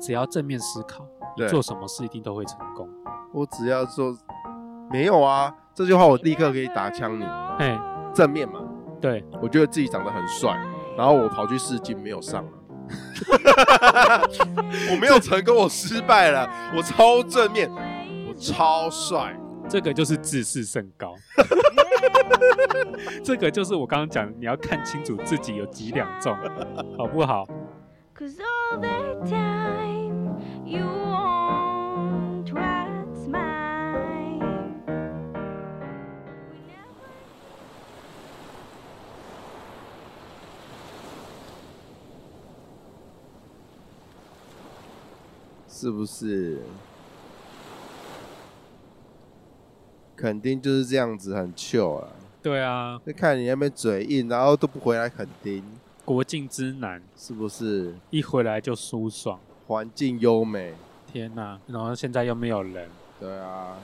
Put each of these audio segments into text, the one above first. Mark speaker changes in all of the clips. Speaker 1: 只要正面思考，你
Speaker 2: 对
Speaker 1: 做什么事一定都会成功。
Speaker 2: 我只要做，没有啊，这句话我立刻可以打枪你，
Speaker 1: 哎，
Speaker 2: 正面嘛，
Speaker 1: 对，
Speaker 2: 我觉得自己长得很帅，然后我跑去试镜没有上了。啊 我没有成功，我失败了。我超正面，我超帅。
Speaker 1: 这个就是自视甚高。这个就是我刚刚讲，你要看清楚自己有几两重，好不好？
Speaker 3: Cause all the time you want what's mine. We never
Speaker 2: 是不是？肯定就是这样子，很糗啊！
Speaker 1: 对啊，
Speaker 2: 就看你那边嘴硬，然后都不回来肯定，
Speaker 1: 国境之南，
Speaker 2: 是不是？
Speaker 1: 一回来就舒爽。
Speaker 2: 环境优美，
Speaker 1: 天哪、然后现在又没有人，
Speaker 2: 对啊。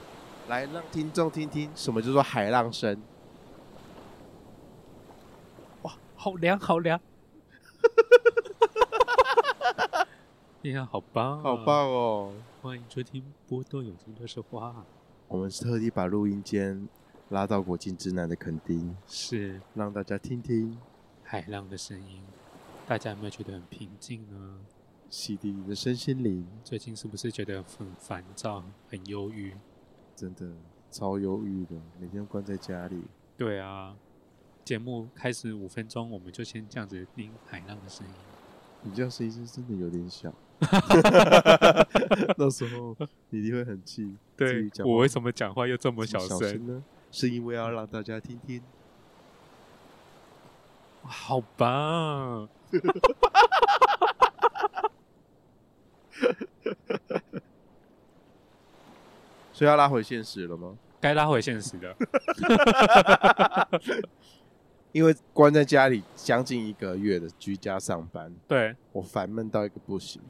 Speaker 2: 来，让听众听听什么叫做海浪声。
Speaker 1: 哇，好凉，好凉。 你看，好棒，
Speaker 2: 好！棒哦！
Speaker 1: 欢迎收听波动有声乐说话，
Speaker 2: 我们是特地把录音间拉到国境之南的垦丁，
Speaker 1: 是
Speaker 2: 让大家听听
Speaker 1: 海浪的声音。大家有没有觉得很平静呢？
Speaker 2: 洗涤你的身心灵，
Speaker 1: 最近是不是觉得很烦躁、很忧郁？
Speaker 2: 真的超忧郁的，每天关在家里。
Speaker 1: 对啊，节目开始五分钟，我们就先这样子听海浪的声音。
Speaker 2: 你这样声音真的有点 小，到时候你一定会很气。自己讲 话
Speaker 1: 我为什么讲话又这么
Speaker 2: 这
Speaker 1: 小
Speaker 2: 么小
Speaker 1: 声？
Speaker 2: 呢？是因为要让大家听听。
Speaker 1: 哇好棒！
Speaker 2: 所以要拉回现实了吗？
Speaker 1: 该拉回现实 的。
Speaker 2: 因为关在家里将近一个月的居家上班，
Speaker 1: 对，
Speaker 2: 我烦闷到一个不行，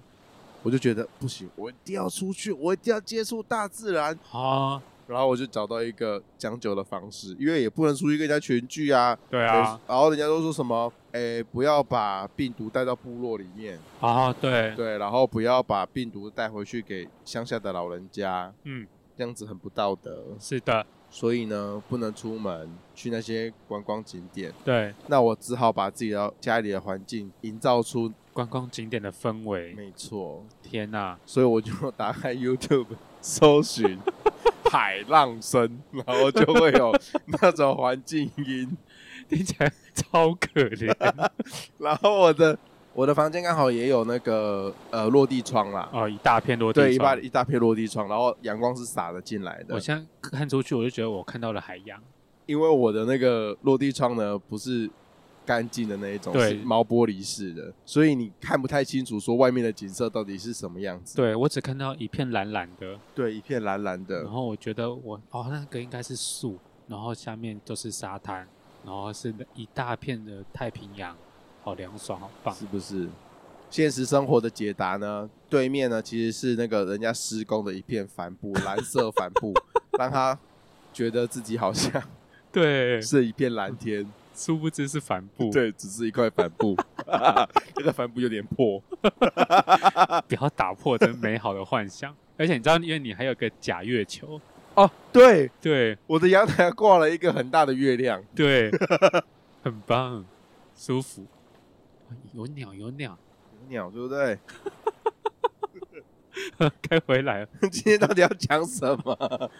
Speaker 2: 我就觉得不行，我一定要出去，我一定要接触大自然。
Speaker 1: 啊，
Speaker 2: 然后我就找到一个讲究的方式，因为也不能出去跟人家群聚啊。
Speaker 1: 对啊，
Speaker 2: 然后人家都说什么，诶，不要把病毒带到部落里面，
Speaker 1: 啊，对，
Speaker 2: 对，然后不要把病毒带回去给乡下的老人家，
Speaker 1: 嗯，
Speaker 2: 这样子很不道德。
Speaker 1: 是的，
Speaker 2: 所以呢，不能出门去那些观光景点。
Speaker 1: 对，
Speaker 2: 那我只好把自己的家里的环境营造出，
Speaker 1: 观光景点的氛围，
Speaker 2: 没错，
Speaker 1: 天啊哪、
Speaker 2: 所以我就打开 YouTube 搜寻海浪声，然后就会有那种环境音。
Speaker 1: 听起来超可 怜
Speaker 2: 然后我的我的房间刚好也有那个呃落地窗啦，
Speaker 1: 哦，一大片落地
Speaker 2: 对，一大
Speaker 1: 窗。
Speaker 2: 一大片落地窗，然后阳光是洒了进来的
Speaker 1: 我。现在看出去，我就觉得我看到了海洋。
Speaker 2: 因为我的那个落地窗呢不是干净的那一种，
Speaker 1: 对
Speaker 2: 是毛玻璃式的，所以你看不太清楚说外面的景色到底是什么样子。
Speaker 1: 对我只看到一片蓝蓝的，
Speaker 2: 对，一片蓝蓝
Speaker 1: 然
Speaker 2: 的，
Speaker 1: 后我觉得我哦，那个应该是树，然后下面就是沙滩，然后是一大片的太平洋，好凉爽，好棒。
Speaker 2: 是不是？现实生活的解答呢？对面呢其实是那个人家施工的一片帆 布，蓝色帆布，让他觉得自己好像
Speaker 1: 对，
Speaker 2: 是一片蓝天。
Speaker 1: 殊不知是帆布。，
Speaker 2: 对，只是一块帆 布，那个帆布有点破。
Speaker 1: 不要打破这美好的幻想。而且你知道，因为你还有个假月球，
Speaker 2: 哦，对，
Speaker 1: 对
Speaker 2: 我的阳台挂了一个很大的月亮，
Speaker 1: 对，很棒，舒服。哦有鸟，有鸟，
Speaker 2: 鸟对不对？
Speaker 1: 该回来了。
Speaker 2: 今天到底要讲什么？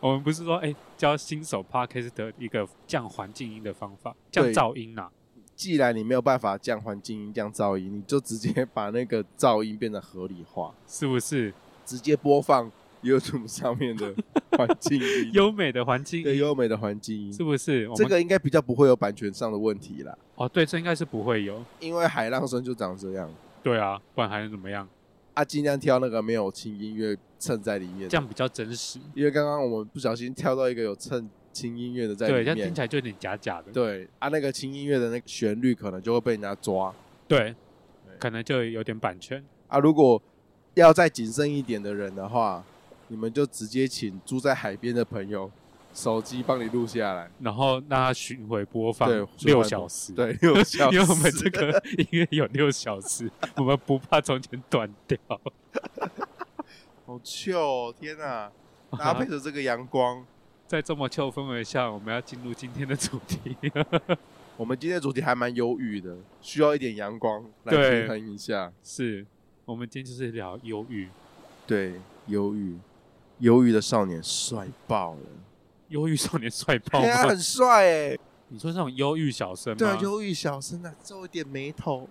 Speaker 1: 我们不是说，哎、教新手 podcast 的一个降环境音的方法，降
Speaker 2: 对
Speaker 1: 噪音啊。
Speaker 2: 既然你没有办法降环境音、降噪音，你就直接把那个噪音变得合理化，
Speaker 1: 是不是
Speaker 2: 直接播放 YouTube 上面的环境音，
Speaker 1: 优美的环境
Speaker 2: 对
Speaker 1: 音？
Speaker 2: 优美的环境音
Speaker 1: 是，不是？我们
Speaker 2: 这个应该比较不会有版权上的问题啦，
Speaker 1: 哦，对，这应该是不会有。
Speaker 2: 因为海浪声就长这样
Speaker 1: 对啊，不然还能怎么样？
Speaker 2: 啊，尽量挑那个没有轻音乐衬在里面的
Speaker 1: 这。样比较真实。
Speaker 2: 因为刚刚我们不小心跳到一个有衬轻音乐的在
Speaker 1: 对，这
Speaker 2: 里
Speaker 1: 样听
Speaker 2: 面
Speaker 1: 起，来就有点假假的。
Speaker 2: 对啊，那个轻音乐的那个旋律可能就会被人家抓
Speaker 1: 对
Speaker 2: 对
Speaker 1: 可能就有点版权。
Speaker 2: 啊。如果要再谨慎一点的人的话，你们就直接请住在海边的朋友手机帮你录下来，
Speaker 1: 然后让它巡回播放
Speaker 2: 对循
Speaker 1: 六
Speaker 2: 环
Speaker 1: 小
Speaker 2: 播
Speaker 1: 时，
Speaker 2: 对，六小时。
Speaker 1: 因为我们这个音乐有六小时， 我们不怕中间断掉。
Speaker 2: 好糗、哦，天哪！ 搭配着这个阳光，
Speaker 1: 在这么秋氛围下，我们要进入今天的主题。
Speaker 2: 我们今天的主题还蛮忧郁的，需要一点阳光来
Speaker 1: 对
Speaker 2: 平衡一下。
Speaker 1: 是我们今天就是聊忧郁，
Speaker 2: 对，忧郁，忧郁的少年帅爆了，
Speaker 1: 忧郁少年帅爆
Speaker 2: 对啊，
Speaker 1: 吗？
Speaker 2: 很帅哎、
Speaker 1: 你说那种忧郁小生吗？呃
Speaker 2: 对啊，忧郁小生啊，皱一点眉头，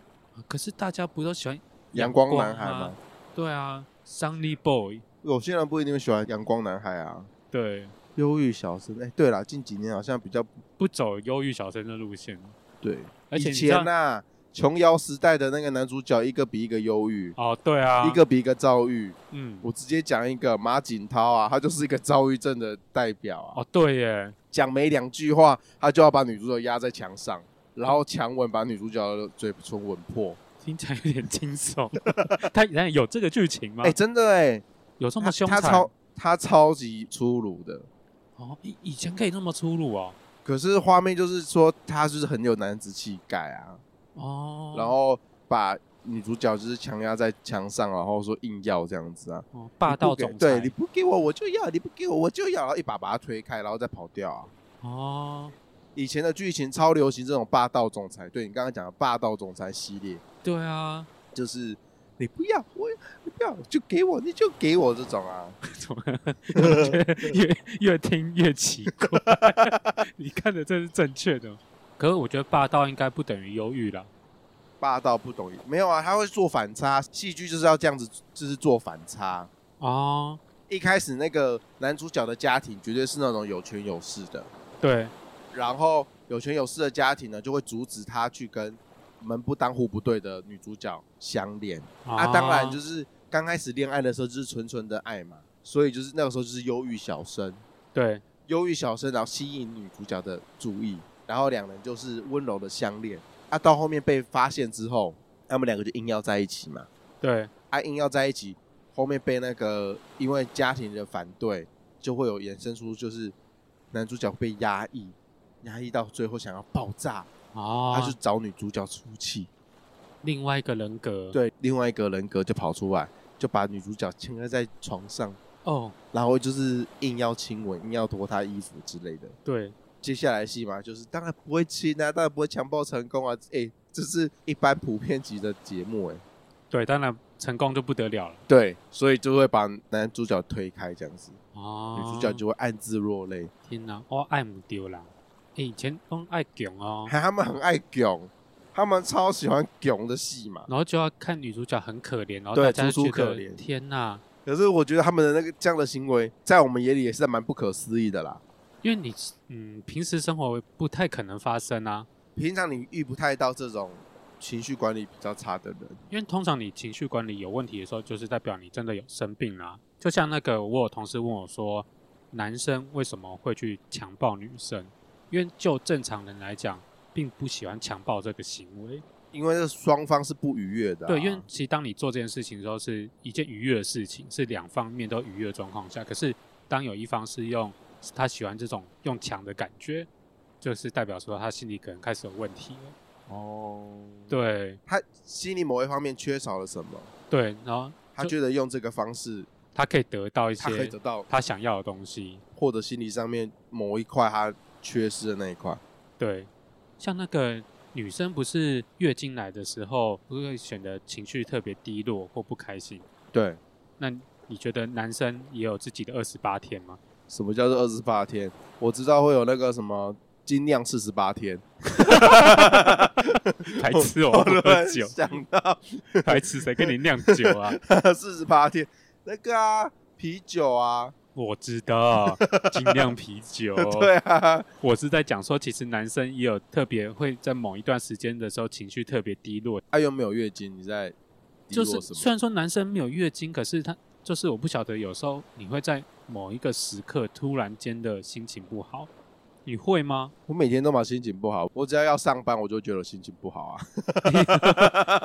Speaker 1: 可是大家不都喜欢
Speaker 2: 阳光
Speaker 1: 光
Speaker 2: 男孩
Speaker 1: 啊
Speaker 2: 嘛。
Speaker 1: 对啊，Sunny Boy，
Speaker 2: 有些人不一定喜欢阳光男孩啊，
Speaker 1: 对，
Speaker 2: 忧郁小生。哎、对啦，近几年好像比较
Speaker 1: 不走忧郁小生的路线，
Speaker 2: 对，
Speaker 1: 而且
Speaker 2: 以
Speaker 1: 你知道
Speaker 2: 前啊呐、琼瑶时代的那个男主角一个比一个忧郁，
Speaker 1: 哦，对啊，
Speaker 2: 一个比一个躁郁。
Speaker 1: 嗯，
Speaker 2: 我直接讲一个马景涛啊，他就是一个躁郁症的代表啊
Speaker 1: 哦，，对耶，
Speaker 2: 讲没两句话，他就要把女主角压在墙上，然后强吻把女主角的嘴唇吻破。
Speaker 1: 听起来有点惊悚。 他原来有这个剧情吗
Speaker 2: 哎、？真的哎、
Speaker 1: 有这
Speaker 2: 他
Speaker 1: 么凶
Speaker 2: 他
Speaker 1: 残？
Speaker 2: 超他超级粗鲁的，
Speaker 1: 哦，以以前可以那么粗鲁哦。
Speaker 2: 可是画面就是说他就是很有男子气概啊，
Speaker 1: 哦，
Speaker 2: 然后把女主角就是强压在墙上，然后说硬要这样子啊，
Speaker 1: 哦霸道总裁，
Speaker 2: 你不给对，你不给我我就要，你不给我我就要，然后一把把他推开，然后再跑掉啊。
Speaker 1: 哦，
Speaker 2: 以前的剧情超流行这种霸道总裁，对你刚刚讲的霸道总裁系列，
Speaker 1: 对啊，
Speaker 2: 就是你不要我，你不要就给我，你就给我这种啊。
Speaker 1: 怎么我觉得越越听越奇怪？ 你看的这是正确的，哦可是我觉得霸道应该不等于忧郁啦。
Speaker 2: 霸道不懂，没有啊，他会做反差，戏剧就是要这样子，就是做反差。
Speaker 1: 哦，
Speaker 2: 一开始那个男主角的家庭绝对是那种有权有势的，
Speaker 1: 对，
Speaker 2: 然后有权有势的家庭呢，就会阻止他去跟门不当户不对的女主角相恋。啊，当然就是是刚开始恋爱的时候就是纯纯的爱嘛，所以就是那个时候就是忧郁小生，
Speaker 1: 对，
Speaker 2: 忧郁小生，然后吸引女主角的注意，然后两人就是温柔的相恋。啊，到后面被发现之后，他们两个就硬要在一起嘛，
Speaker 1: 对，
Speaker 2: 啊，硬要在一起，后面被那个因为家庭的反对，就会有衍生出就是男主角被压抑，压抑到最后想要爆炸，
Speaker 1: 哦，
Speaker 2: 他就找女主角出气。
Speaker 1: 另外一个人格，，
Speaker 2: 对，另外一个人格就跑出来，就把女主角牵在在床上，
Speaker 1: 哦，
Speaker 2: 然后就是硬要亲吻，硬要脱她衣服之类的。
Speaker 1: 对，
Speaker 2: 接下来戏嘛，就是当然不会亲啊，当然不会强暴成功啊，哎、这是一般普遍级的节目哎、
Speaker 1: 对，当然成功就不得了了。
Speaker 2: 对，所以就会把男主角推开这样子，
Speaker 1: 哦，
Speaker 2: 女主角就会暗自落泪。
Speaker 1: 天哪，我爱唔丢啦。欸以前都爱囧哦，
Speaker 2: 还他们很爱囧，他们超喜欢囧的戏嘛。
Speaker 1: 然后就要看女主角很可怜，然后
Speaker 2: 对
Speaker 1: 大家就
Speaker 2: 楚楚
Speaker 1: 觉
Speaker 2: 可
Speaker 1: 得
Speaker 2: 怜
Speaker 1: 天哪，
Speaker 2: 可是我觉得他们的那个这样的行为，在我们眼里也是蛮不可思议的啦。
Speaker 1: 因为你嗯平时生活不太可能发生啊，
Speaker 2: 平常你遇不太到这种情绪管理比较差的人，
Speaker 1: 因为通常你情绪管理有问题的时候，就是代表你真的有生病啦、就像那个我有同事问我说，男生为什么会去强暴女生？因为就正常人来讲，并不喜欢强暴这个行为。
Speaker 2: 因为这双方是不愉悦的啊、
Speaker 1: 对，因为其实当你做这件事情的时候，是一件愉悦的事情，是两方面都愉悦的状况下。可是当有一方是用他喜欢这种用强的感觉，就是代表说他心里可能开始有问题了。
Speaker 2: 哦，
Speaker 1: 对
Speaker 2: 他心里某一方面缺少了什么，
Speaker 1: 对，然后
Speaker 2: 他
Speaker 1: 就
Speaker 2: 觉得用这个方式，
Speaker 1: 他可以得到一
Speaker 2: 他可以
Speaker 1: 些
Speaker 2: 得到
Speaker 1: 他想要的东西。
Speaker 2: 或者心理上面某一块他缺失的那一块。
Speaker 1: 对，像那个女生不是月经来的时候，不会显得情绪特别低落或不开心。
Speaker 2: 对，
Speaker 1: 那你觉得男生也有自己的二十八天吗？
Speaker 2: 什么叫做二十八天？我知道会有那个什么精酿四十八天，
Speaker 1: 白痴 哦，不喝酒，
Speaker 2: 想到
Speaker 1: 白痴谁跟你酿酒啊？
Speaker 2: 四十八天那个啊啤酒啊，。
Speaker 1: 我知道，精酿啤酒
Speaker 2: 对啊，
Speaker 1: 我是在讲说，其实男生也有特别会在某一段时间的时候情绪特别低落，
Speaker 2: 他、啊又没有月经，你在低
Speaker 1: 就
Speaker 2: 落
Speaker 1: 是
Speaker 2: 什么
Speaker 1: 虽然说男生没有月经，可是他就是我不晓得，有时候你会在某一个时刻突然间的心情不好，你会吗？
Speaker 2: 我每天都嘛心情不好，我只要要上班，我就觉得我心情不好啊。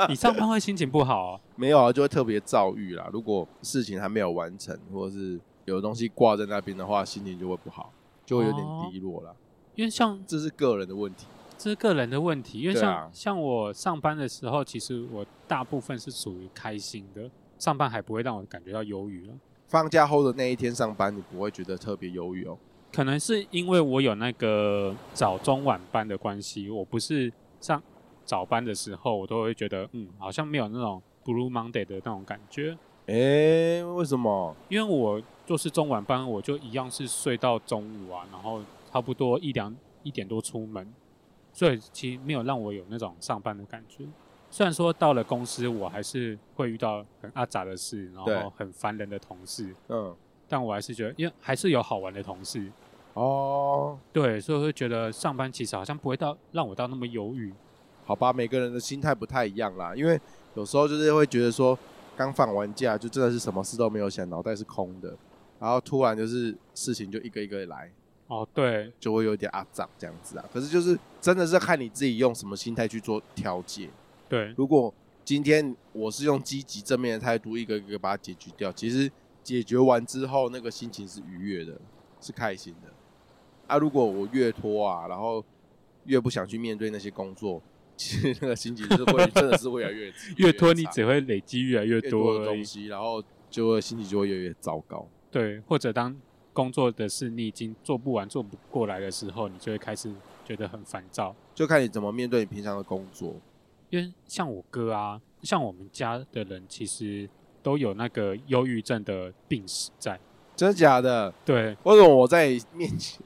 Speaker 1: 你上班会心情不好、哦？
Speaker 2: 没有啊，就会特别躁郁啦。如果事情还没有完成，或者是有东西挂在那边的话，心情就会不好。就会有点低落啦。
Speaker 1: 因为像
Speaker 2: 这是个人的问题，
Speaker 1: 这是个人的问题，因为
Speaker 2: 对
Speaker 1: 像、
Speaker 2: 啊
Speaker 1: 像我上班的时候，其实我大部分是属于开心的，上班还不会让我感觉到忧郁了。
Speaker 2: 放假后的那一天上班，你不会觉得特别忧郁哦。
Speaker 1: 可能是因为我有那个早中晚班的关系，我不是上早班的时候，我都会觉得嗯，好像没有那种 Blue Monday 的那种感觉，
Speaker 2: 诶，为什么？
Speaker 1: 因为我就是中晚班，我就一样是睡到中午啊，然后差不多一两一点多出门，所以其实没有让我有那种上班的感觉。虽然说到了公司，我还是会遇到很阿杂的事，然
Speaker 2: 对
Speaker 1: 后很烦人的同事，
Speaker 2: 嗯，
Speaker 1: 但我还是觉得，因为还是有好玩的同事，
Speaker 2: 哦，
Speaker 1: 对，所以会觉得上班其实好像不会到让我到那么犹豫。
Speaker 2: 好吧，每个人的心态不太一样啦，因为有时候就是会觉得说，刚放完假就真的是什么事都没有想，脑袋是空的，然后突然就是事情就一个一个来，
Speaker 1: 哦，对，
Speaker 2: 就会有点阿胀这样子啊。可是就是真的是看你自己用什么心态去做调节。
Speaker 1: 对，
Speaker 2: 如果今天我是用积极正面的态度，一个一个把它解决掉，其实解决完之后那个心情是愉悦的，是开心的。啊，如果我越拖啊，然后越不想去面对那些工作， 其实那个心情是会真的是会越来越
Speaker 1: 越拖你
Speaker 2: 差
Speaker 1: 只会累积越来越
Speaker 2: 越
Speaker 1: 多
Speaker 2: 的
Speaker 1: 而已
Speaker 2: 东西，然后就会心情就会越来越糟糕。
Speaker 1: 对，或者当工作的事你已经做不完、做不过来的时候，你就会开始觉得很烦躁。
Speaker 2: 就看你怎么面对你平常的工作。
Speaker 1: 因为像我哥啊，像我们家的人其实都有那个忧郁症的病史在。
Speaker 2: 真的假的？
Speaker 1: 对，
Speaker 2: 为什么我在你面前，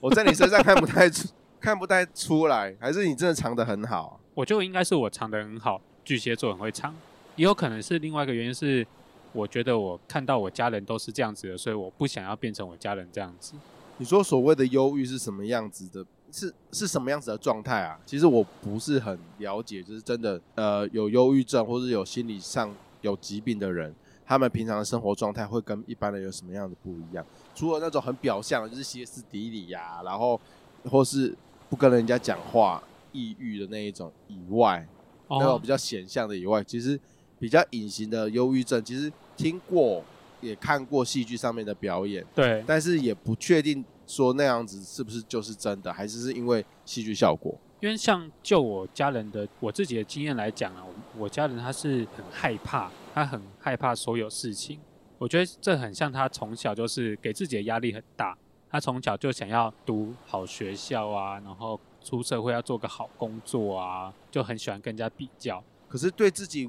Speaker 2: 我在你身上看不太出， 看不太出来？还是你真的藏得很好啊、
Speaker 1: 我就应该是我藏得很好，巨蟹座很会藏，也有可能是另外一个原因是，我觉得我看到我家人都是这样子的，所以我不想要变成我家人这样子。
Speaker 2: 你说所谓的忧郁是什么样子的？是是什么样子的状态啊？其实我不是很了解，就是真的呃有忧郁症或者有心理上有疾病的人，他们平常的生活状态会跟一般人有什么样的不一样？除了那种很表象的，就是歇斯底里呀、然后或是不跟人家讲话、抑郁的那一种以外，
Speaker 1: 哦
Speaker 2: 那种比较显象的以外，其实比较隐形的忧郁症，其实听过也看过戏剧上面的表演。
Speaker 1: 对，
Speaker 2: 但是也不确定说那样子是不是就是真的，还是是因为戏剧效果。
Speaker 1: 因为像就我家人的我自己的经验来讲啊，我我家人他是很害怕，他很害怕所有事情。我觉得这很像他从小就是给自己的压力很大，他从小就想要读好学校啊，然后出社会要做个好工作啊，就很喜欢跟人家比较。
Speaker 2: 可是对自己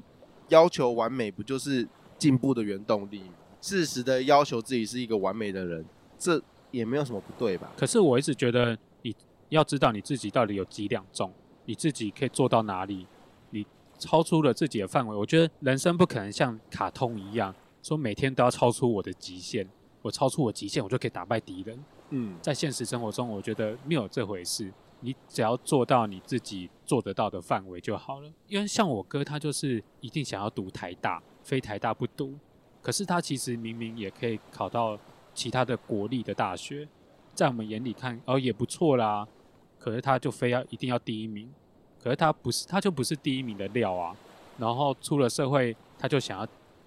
Speaker 2: 要求完美，不就是进步的原动力吗？适时的要求自己是一个完美的人，这也没有什么不对吧？
Speaker 1: 可是我一直觉得你要知道你自己到底有几两重，你自己可以做到哪里，你超出了自己的范围。我觉得人生不可能像卡通一样，说每天都要超出我的极限，我超出我极限，我就可以打败敌人。
Speaker 2: 嗯，
Speaker 1: 在现实生活中，我觉得没有这回事。你只要做到你自己做得到的范围就好了。因为像我哥，他就是一定想要读台大，非台大不读。可是他其实明明也可以考到其他的国立的大学，在我们眼里看，哦也不错啦。可是他就非要一定要第一名，可是他不是，他就不是第一名的料啊。然后出了社会，他就想要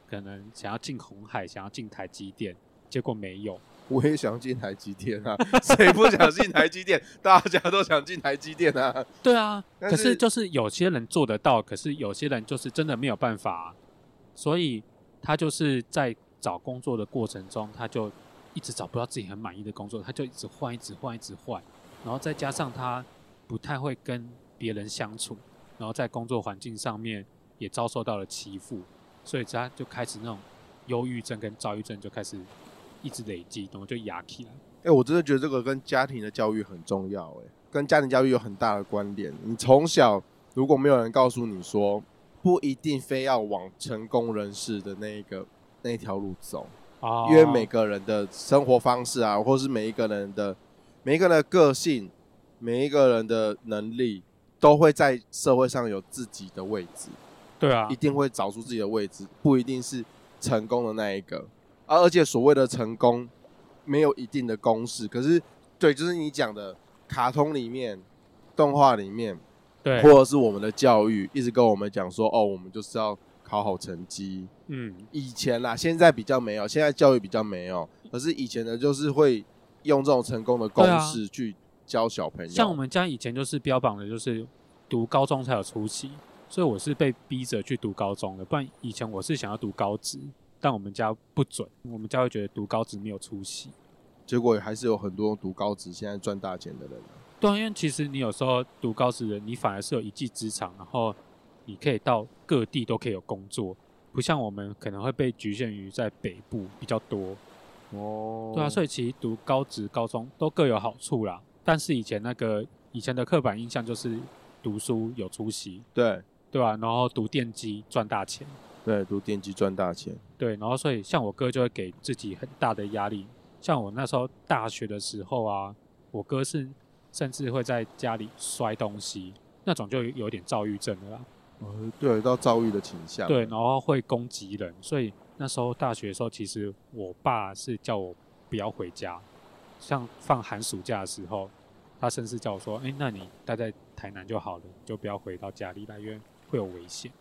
Speaker 1: 可能想要进红海，想要进台积电，结果没有。
Speaker 2: 我也想进台积电啊，谁不想进台积电？大家都想进台积电啊。
Speaker 1: 对啊，
Speaker 2: 但
Speaker 1: 可
Speaker 2: 是
Speaker 1: 是就是有些人做得到，可是有些人就是真的没有办法啊、所以他就是在找工作的过程中，他就一直找不到自己很满意的工作，他就一直换，一直换，一直换，然后再加上他不太会跟别人相处，然后在工作环境上面也遭受到了欺负，所以他就开始那种忧郁症跟躁郁症就开始一直累积，然后就压起来。
Speaker 2: 哎、我真的觉得这个跟家庭的教育很重要、哎，跟家庭教育有很大的关联。你从小如果没有人告诉你说，不一定非要往成功人士的那一个那一条路走，
Speaker 1: 哦
Speaker 2: 因为每个人的生活方式啊，或是每一个人的每一个人的个性，每一个人的能力，都会在社会上有自己的位置。
Speaker 1: 对啊
Speaker 2: 一，定会找出自己的位置，不一定是成功的那一个。啊而、而且所谓的成功，没有一定的公式。可是，对，就是你讲的，卡通里面、动画里面，
Speaker 1: 对
Speaker 2: 或，者是我们的教育，一直跟我们讲说，哦，我们就是要考好成绩。
Speaker 1: 嗯，
Speaker 2: 以前啦，现在比较没有，现在教育比较没有。可是以前呢，就是会用这种成功的公式去教小朋友。
Speaker 1: 啊像我们家以前就是标榜的，就是读高中才有出息，所以我是被逼着去读高中的。不然以前我是想要读高职，但我们家不准，我们家会觉得读高职没有出息。
Speaker 2: 结果还是有很多读高职现在赚大钱的人啊、
Speaker 1: 对啊，因为其实你有时候读高职人，你反而是有一技之长，然后你可以到各地都可以有工作，不像我们可能会被局限于在北部比较多。
Speaker 2: 哦
Speaker 1: 对啊，所
Speaker 2: 以
Speaker 1: 以其实读高职、高中都各有好处啦。但是以前那个以前的刻板印象就是读书有出息，
Speaker 2: 对
Speaker 1: 对啊吧、然后读电机赚大钱，
Speaker 2: 对，读电机赚大钱。
Speaker 1: 对。然后所以像我哥就会给自己很大的压力。像我那时候大学的时候啊，我哥是甚至会在家里摔东西，那种就有点躁郁症的啦。
Speaker 2: 呃，对，到躁郁的倾向。
Speaker 1: 对，然后会攻击人，所以那时候大学的时候，其实我爸是叫我不要回家，像放寒暑假的时候，他甚至叫我说：“哎，那你待在台南就好了，你就不要回到家里来，因为会有危险。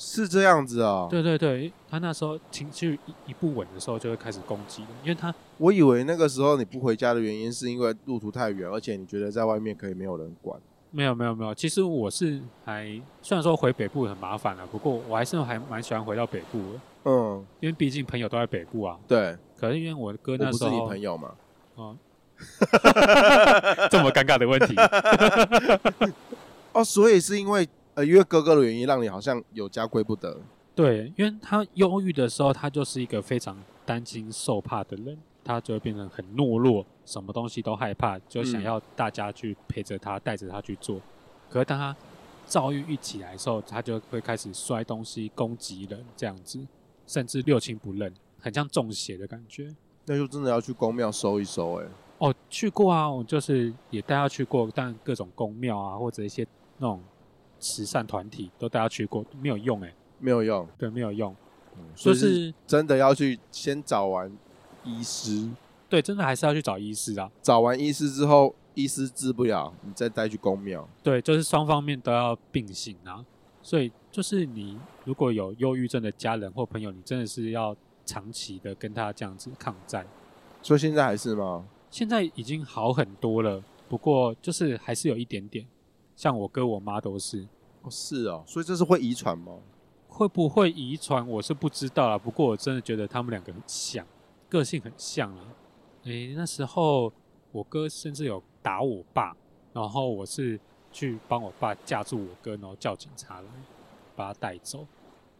Speaker 2: 是这样子啊、”
Speaker 1: 对对对，他那时候情绪一一不稳的时候，就会开始攻击人，因为他
Speaker 2: 我以为那个时候你不回家的原因是因为路途太远，而且你觉得在外面可以没有人管。
Speaker 1: 没有没有没有，其实我是还虽然说回北部很麻烦了、不过我还是还蛮喜欢回到北部的，
Speaker 2: 嗯，
Speaker 1: 因为毕竟朋友都在北部啊。
Speaker 2: 对，
Speaker 1: 可是因为我哥
Speaker 2: 我
Speaker 1: 那
Speaker 2: 不
Speaker 1: 时
Speaker 2: 是
Speaker 1: 候
Speaker 2: 你朋友嘛。
Speaker 1: 哦，这么尴尬的问题，
Speaker 2: 哦，所以是因为呃，因为哥哥的原因，让你好像有家归不得。
Speaker 1: 对，因为他忧郁的时候，他就是一个非常担惊受怕的人，他就会变成很懦弱，什么东西都害怕，就想要大家去陪着他，带着他去做。可是当他躁郁一起来的时候，他就会开始摔东西、攻击人，这样子，甚至六亲不认，很像中邪的感觉。
Speaker 2: 那就真的要去公庙收一收、欸，哎，
Speaker 1: 哦，去过啊，我就是也带他去过，但各种宫庙啊，或者一些那种慈善团体都带他去过，没有用哎、
Speaker 2: 没有用，
Speaker 1: 对，没有用，
Speaker 2: 所
Speaker 1: 就
Speaker 2: 以是
Speaker 1: 是
Speaker 2: 真的要去先找完医师，
Speaker 1: 对，真的还是要去找医师啊，
Speaker 2: 找完医师之后，医师治不了，你再带去公庙。
Speaker 1: 对，就是双方面都要并行啊，所以就是你如果有忧郁症的家人或朋友，你真的是要长期的跟他这样子抗战。
Speaker 2: 所以现在还是吗？
Speaker 1: 现在已经好很多了，不过就是还是有一点点，像我哥我妈都是，
Speaker 2: 哦，是哦，所以这是会遗传吗？
Speaker 1: 会不会遗传我是不知道啦，不过我真的觉得他们两个很像，个性很像啊。诶，那时候我哥甚至有打我爸，然后我是去帮我爸架住我哥，然后叫警察来把他带走。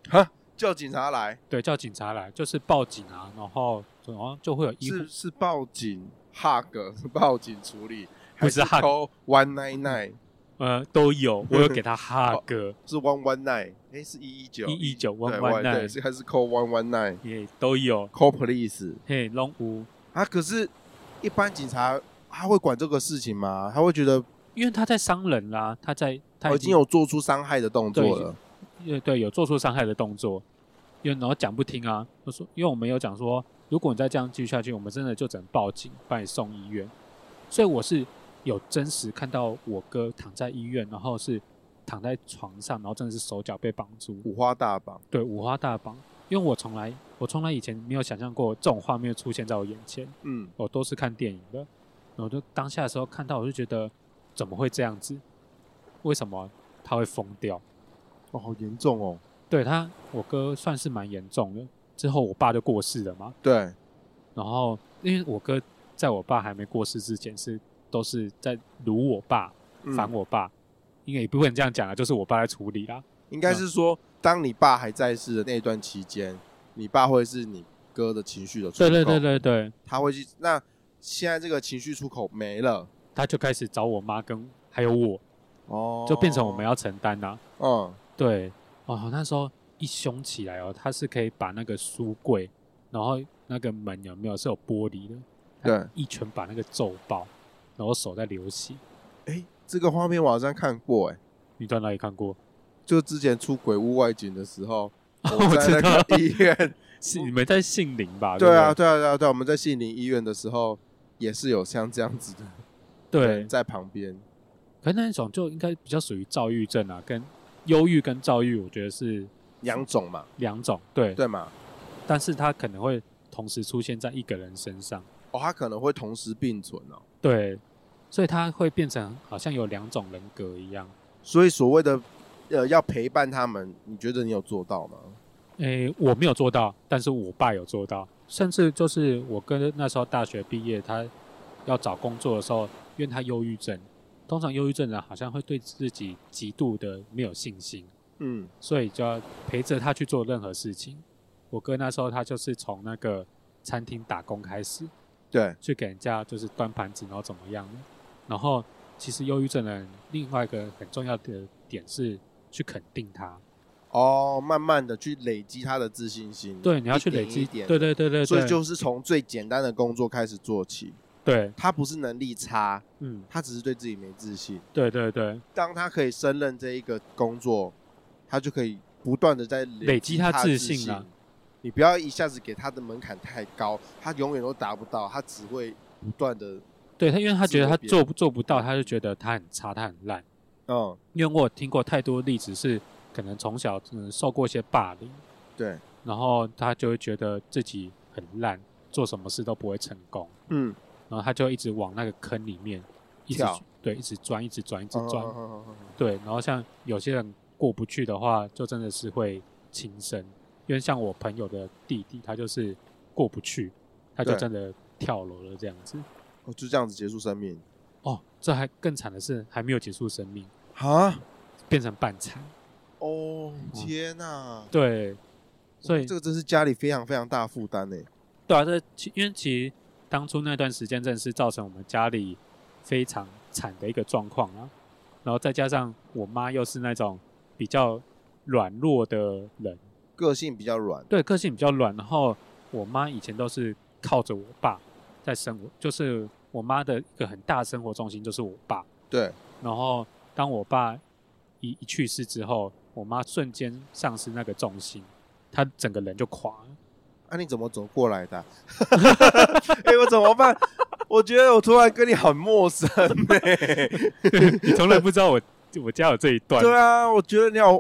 Speaker 2: 哈，叫警察来，
Speaker 1: 对，叫警察来就是报警啊，然后然后就会有医护
Speaker 2: 是是报警，hug 是报警处理，还
Speaker 1: 不是 hug
Speaker 2: 偷 one nine nine
Speaker 1: 呃都有，我有给他哈哥
Speaker 2: 是 one one nine，哎是一一九
Speaker 1: 119
Speaker 2: 对
Speaker 1: 119
Speaker 2: 对是还是 call one one nine
Speaker 1: 也都有，
Speaker 2: call police
Speaker 1: 嘿龙屋，
Speaker 2: 啊？可是，一般警察他会管这个事情吗？他会觉得
Speaker 1: 因为他在伤人啦、他在他
Speaker 2: 我已经有做出伤害的动作
Speaker 1: 对
Speaker 2: 了，
Speaker 1: 呃，对，有做出伤害的动作，因为然后讲不听啊，我说，因为我们有讲说，如果你再这样继续下去，我们真的就只能报警，把你送医院。所以我是有真实看到我哥躺在医院，然后是躺在床上，然后真的是手脚被绑住，
Speaker 2: 五花大绑。
Speaker 1: 对，五花大绑。因为我从来，我从来以前没有想象过这种画面出现在我眼前，
Speaker 2: 嗯，
Speaker 1: 我都是看电影的。然后就当下的时候看到，我就觉得怎么会这样子？为什么他会疯掉？
Speaker 2: 哦，好严重哦。
Speaker 1: 对他，我哥算是蛮严重的。之后我爸就过世了嘛，
Speaker 2: 对，
Speaker 1: 然后因为我哥在我爸还没过世之前是都是在辱我爸、
Speaker 2: 嗯
Speaker 1: 烦我爸，应该也不能这样讲啊，就是我爸在处理啦。
Speaker 2: 应该是说，当你爸还在世的那段期间，你爸会是你哥的情绪的出口，
Speaker 1: 对对对，对对，
Speaker 2: 他会去。那现在这个情绪出口没了，
Speaker 1: 他就开始找我妈跟还有我，
Speaker 2: 哦，
Speaker 1: 就变成我们
Speaker 2: 要，
Speaker 1: 要承担啦、
Speaker 2: 嗯，
Speaker 1: 对，哦，那时候一凶起来哦，他是可以把那个书柜，然后那个门有没有是有玻璃的，他
Speaker 2: 对
Speaker 1: 一拳把那个揍爆，然后手在流血。
Speaker 2: 哎，这个画面我好像看过，哎，
Speaker 1: 你在哪里看过？
Speaker 2: 就之前出鬼屋外景的时 候，
Speaker 1: 我
Speaker 2: 在
Speaker 1: 知
Speaker 2: 那
Speaker 1: 道
Speaker 2: 个医 院，
Speaker 1: 是你们在杏林吧？
Speaker 2: 对啊，
Speaker 1: 不对，
Speaker 2: 对啊，对啊，对啊，我们在杏林医院的时候，也是有像这样子的
Speaker 1: 对
Speaker 2: 人，在旁边，
Speaker 1: 可是那一种就应该比较属于躁郁症啊，跟忧郁跟躁郁，我觉得是
Speaker 2: 两种嘛，
Speaker 1: 两种，对，
Speaker 2: 对嘛，
Speaker 1: 但是它可能会同时出现在一个人身上，
Speaker 2: 哦，他可能会同时并存哦。
Speaker 1: 对，所以他会变成好像有两种人格一样。
Speaker 2: 所以所谓的呃要陪伴他们，你觉得你有做到吗？
Speaker 1: 诶，我没有做到，但是我爸有做到。甚至就是我跟那时候大学毕业，他要找工作的时候，因为他忧郁症，通常忧郁症人好像会对自己极度的没有信心，
Speaker 2: 嗯，
Speaker 1: 所以就要陪着他去做任何事情。我哥那时候他就是从那个餐厅打工开始，
Speaker 2: 对，
Speaker 1: 去给人家就是端盘子，然后怎么样的。然后其实忧郁症的人另外一个很重要的点是去肯定他，
Speaker 2: 哦，慢慢的去累积他的自信心。
Speaker 1: 对，你要去
Speaker 2: 嗯一点
Speaker 1: 累积，
Speaker 2: 一点
Speaker 1: 对对对对，
Speaker 2: 所以
Speaker 1: 对
Speaker 2: 就是从最简单的工作开始做起。
Speaker 1: 对，
Speaker 2: 他不是能力差，
Speaker 1: 嗯，
Speaker 2: 他只是对自己没自信。
Speaker 1: 对对对，
Speaker 2: 当他可以胜任这一个工作，他就可以不断的在
Speaker 1: 累积
Speaker 2: 积
Speaker 1: 他
Speaker 2: 他
Speaker 1: 自
Speaker 2: 自
Speaker 1: 信啊
Speaker 2: 你不要一下子给他的门槛太高，他永远都达不到，他只会不断的，
Speaker 1: 对他，因为他觉得他
Speaker 2: 自我
Speaker 1: 做不做不到，他就觉得他很差，他很烂。
Speaker 2: 嗯，
Speaker 1: 因为我有听过太多例子是，可能从小嗯受过一些霸凌，
Speaker 2: 对，
Speaker 1: 然后他就会觉得自己很烂，做什么事都不会成功，
Speaker 2: 嗯，
Speaker 1: 然后他就一直往那个坑里面一直
Speaker 2: 跳
Speaker 1: 对，一直钻，一直钻，一直
Speaker 2: 嗯
Speaker 1: 钻。
Speaker 2: 嗯嗯嗯嗯
Speaker 1: 对，然后像有些人过不去的话，就真的是会轻生。因为像我朋友的弟弟，他就是过不去，他就
Speaker 2: 对
Speaker 1: 真的跳楼了这样子。
Speaker 2: 哦就这样子结束生命
Speaker 1: 哦，这还更惨的是还没有结束生命，
Speaker 2: 啊！
Speaker 1: 变成半残。
Speaker 2: 哦，天哪、
Speaker 1: 对，所以
Speaker 2: 这个真是家里非常非常大的负担呢。
Speaker 1: 对啊，这其因为其实当初那段时间真的是造成我们家里非常惨的一个状况啊。然后再加上我妈又是那种比较软弱的人，
Speaker 2: 个性比较软，
Speaker 1: 对，个性比较软。然后我妈以前都是靠着我爸在生活，就是我妈的一个很大的生活重心就是我爸。
Speaker 2: 对，
Speaker 1: 然后当我爸一一去世之后，我妈瞬间丧失那个重心，她整个人就垮了。
Speaker 2: 啊，你怎么走过来的啊？ 哎、我怎么办？我觉得我突然跟你很陌生呢、
Speaker 1: 你从来不知道我我家有这一段，
Speaker 2: 对啊，我觉得你好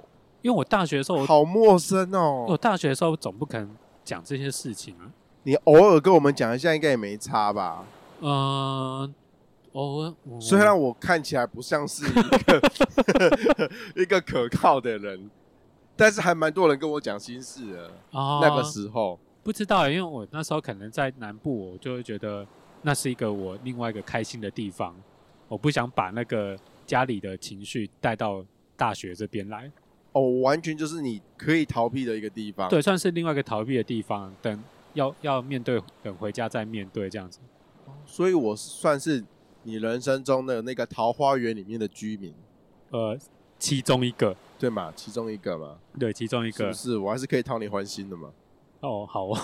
Speaker 1: 因为我大学的时候，我
Speaker 2: 好陌生
Speaker 1: 我
Speaker 2: 哦。
Speaker 1: 大学的时候总不可能讲这些事情啊。
Speaker 2: 你偶尔跟我们讲一下，应该也没差吧？
Speaker 1: 嗯、呃，我我
Speaker 2: 虽然我看起来不像是一个 一个可靠的人，但是还蛮多人跟我讲心事的。
Speaker 1: 啊、
Speaker 2: 那个时候，
Speaker 1: 不知道欸，因为我那时候可能在南部，我就会觉得那是一个我另外一个开心的地方，我不想把那个家里的情绪带到大学这边来，
Speaker 2: 哦，完全就是你可以逃避的一个地方。
Speaker 1: 对，算是另外一个逃避的地方。等要要面对，等回家再面对这样子。
Speaker 2: 所以我算是你人生中的那个桃花源里面的居民，
Speaker 1: 呃，其中一个，
Speaker 2: 对嘛？其中一个嘛，
Speaker 1: 对，其中一
Speaker 2: 是
Speaker 1: 个
Speaker 2: 不是？我还是可以讨你欢心的嘛。
Speaker 1: 哦，好哦，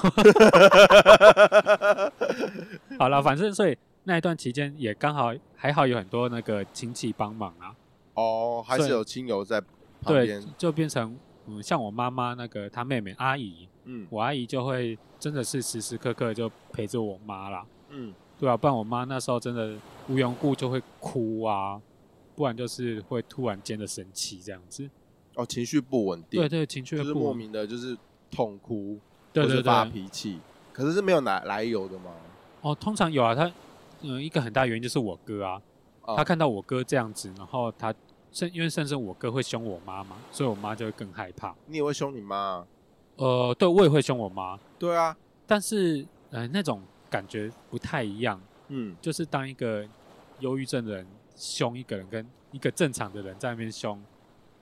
Speaker 1: 好了，反正所以那一段期间也刚好还好有很多那个亲戚帮忙啊，
Speaker 2: 哦，还
Speaker 1: 所
Speaker 2: 是
Speaker 1: 以
Speaker 2: 有亲友在旁
Speaker 1: 对
Speaker 2: 边，，
Speaker 1: 就变成嗯，像我妈妈那个她妹妹阿姨，
Speaker 2: 嗯
Speaker 1: 我阿姨就会真的是时时刻刻就陪着我妈啦，
Speaker 2: 嗯，
Speaker 1: 对啊，不然我妈那时候真的无缘无故就会哭啊，不然就是会突然间的生气这样子，
Speaker 2: 哦，情绪不稳定，
Speaker 1: 对对，情绪
Speaker 2: 就
Speaker 1: 会
Speaker 2: 是
Speaker 1: 不
Speaker 2: 莫
Speaker 1: 稳
Speaker 2: 名的，就是痛哭，
Speaker 1: 对
Speaker 2: 或
Speaker 1: 对
Speaker 2: 是发
Speaker 1: 对，
Speaker 2: 脾气，可是是没有来来由的嘛。
Speaker 1: 哦，通常有啊，她嗯，一个很大原因就是我哥啊，
Speaker 2: 啊
Speaker 1: 他看到我哥这样子，然后他甚因为甚至我哥会凶我妈嘛，所以我妈就会更害怕。
Speaker 2: 你也会凶你妈啊？
Speaker 1: 呃，对我也会凶我妈，
Speaker 2: 对啊，
Speaker 1: 但是呃那种感觉不太一样，
Speaker 2: 嗯，
Speaker 1: 就是当一个忧郁症的人凶一个人，跟一个正常的人在那边凶，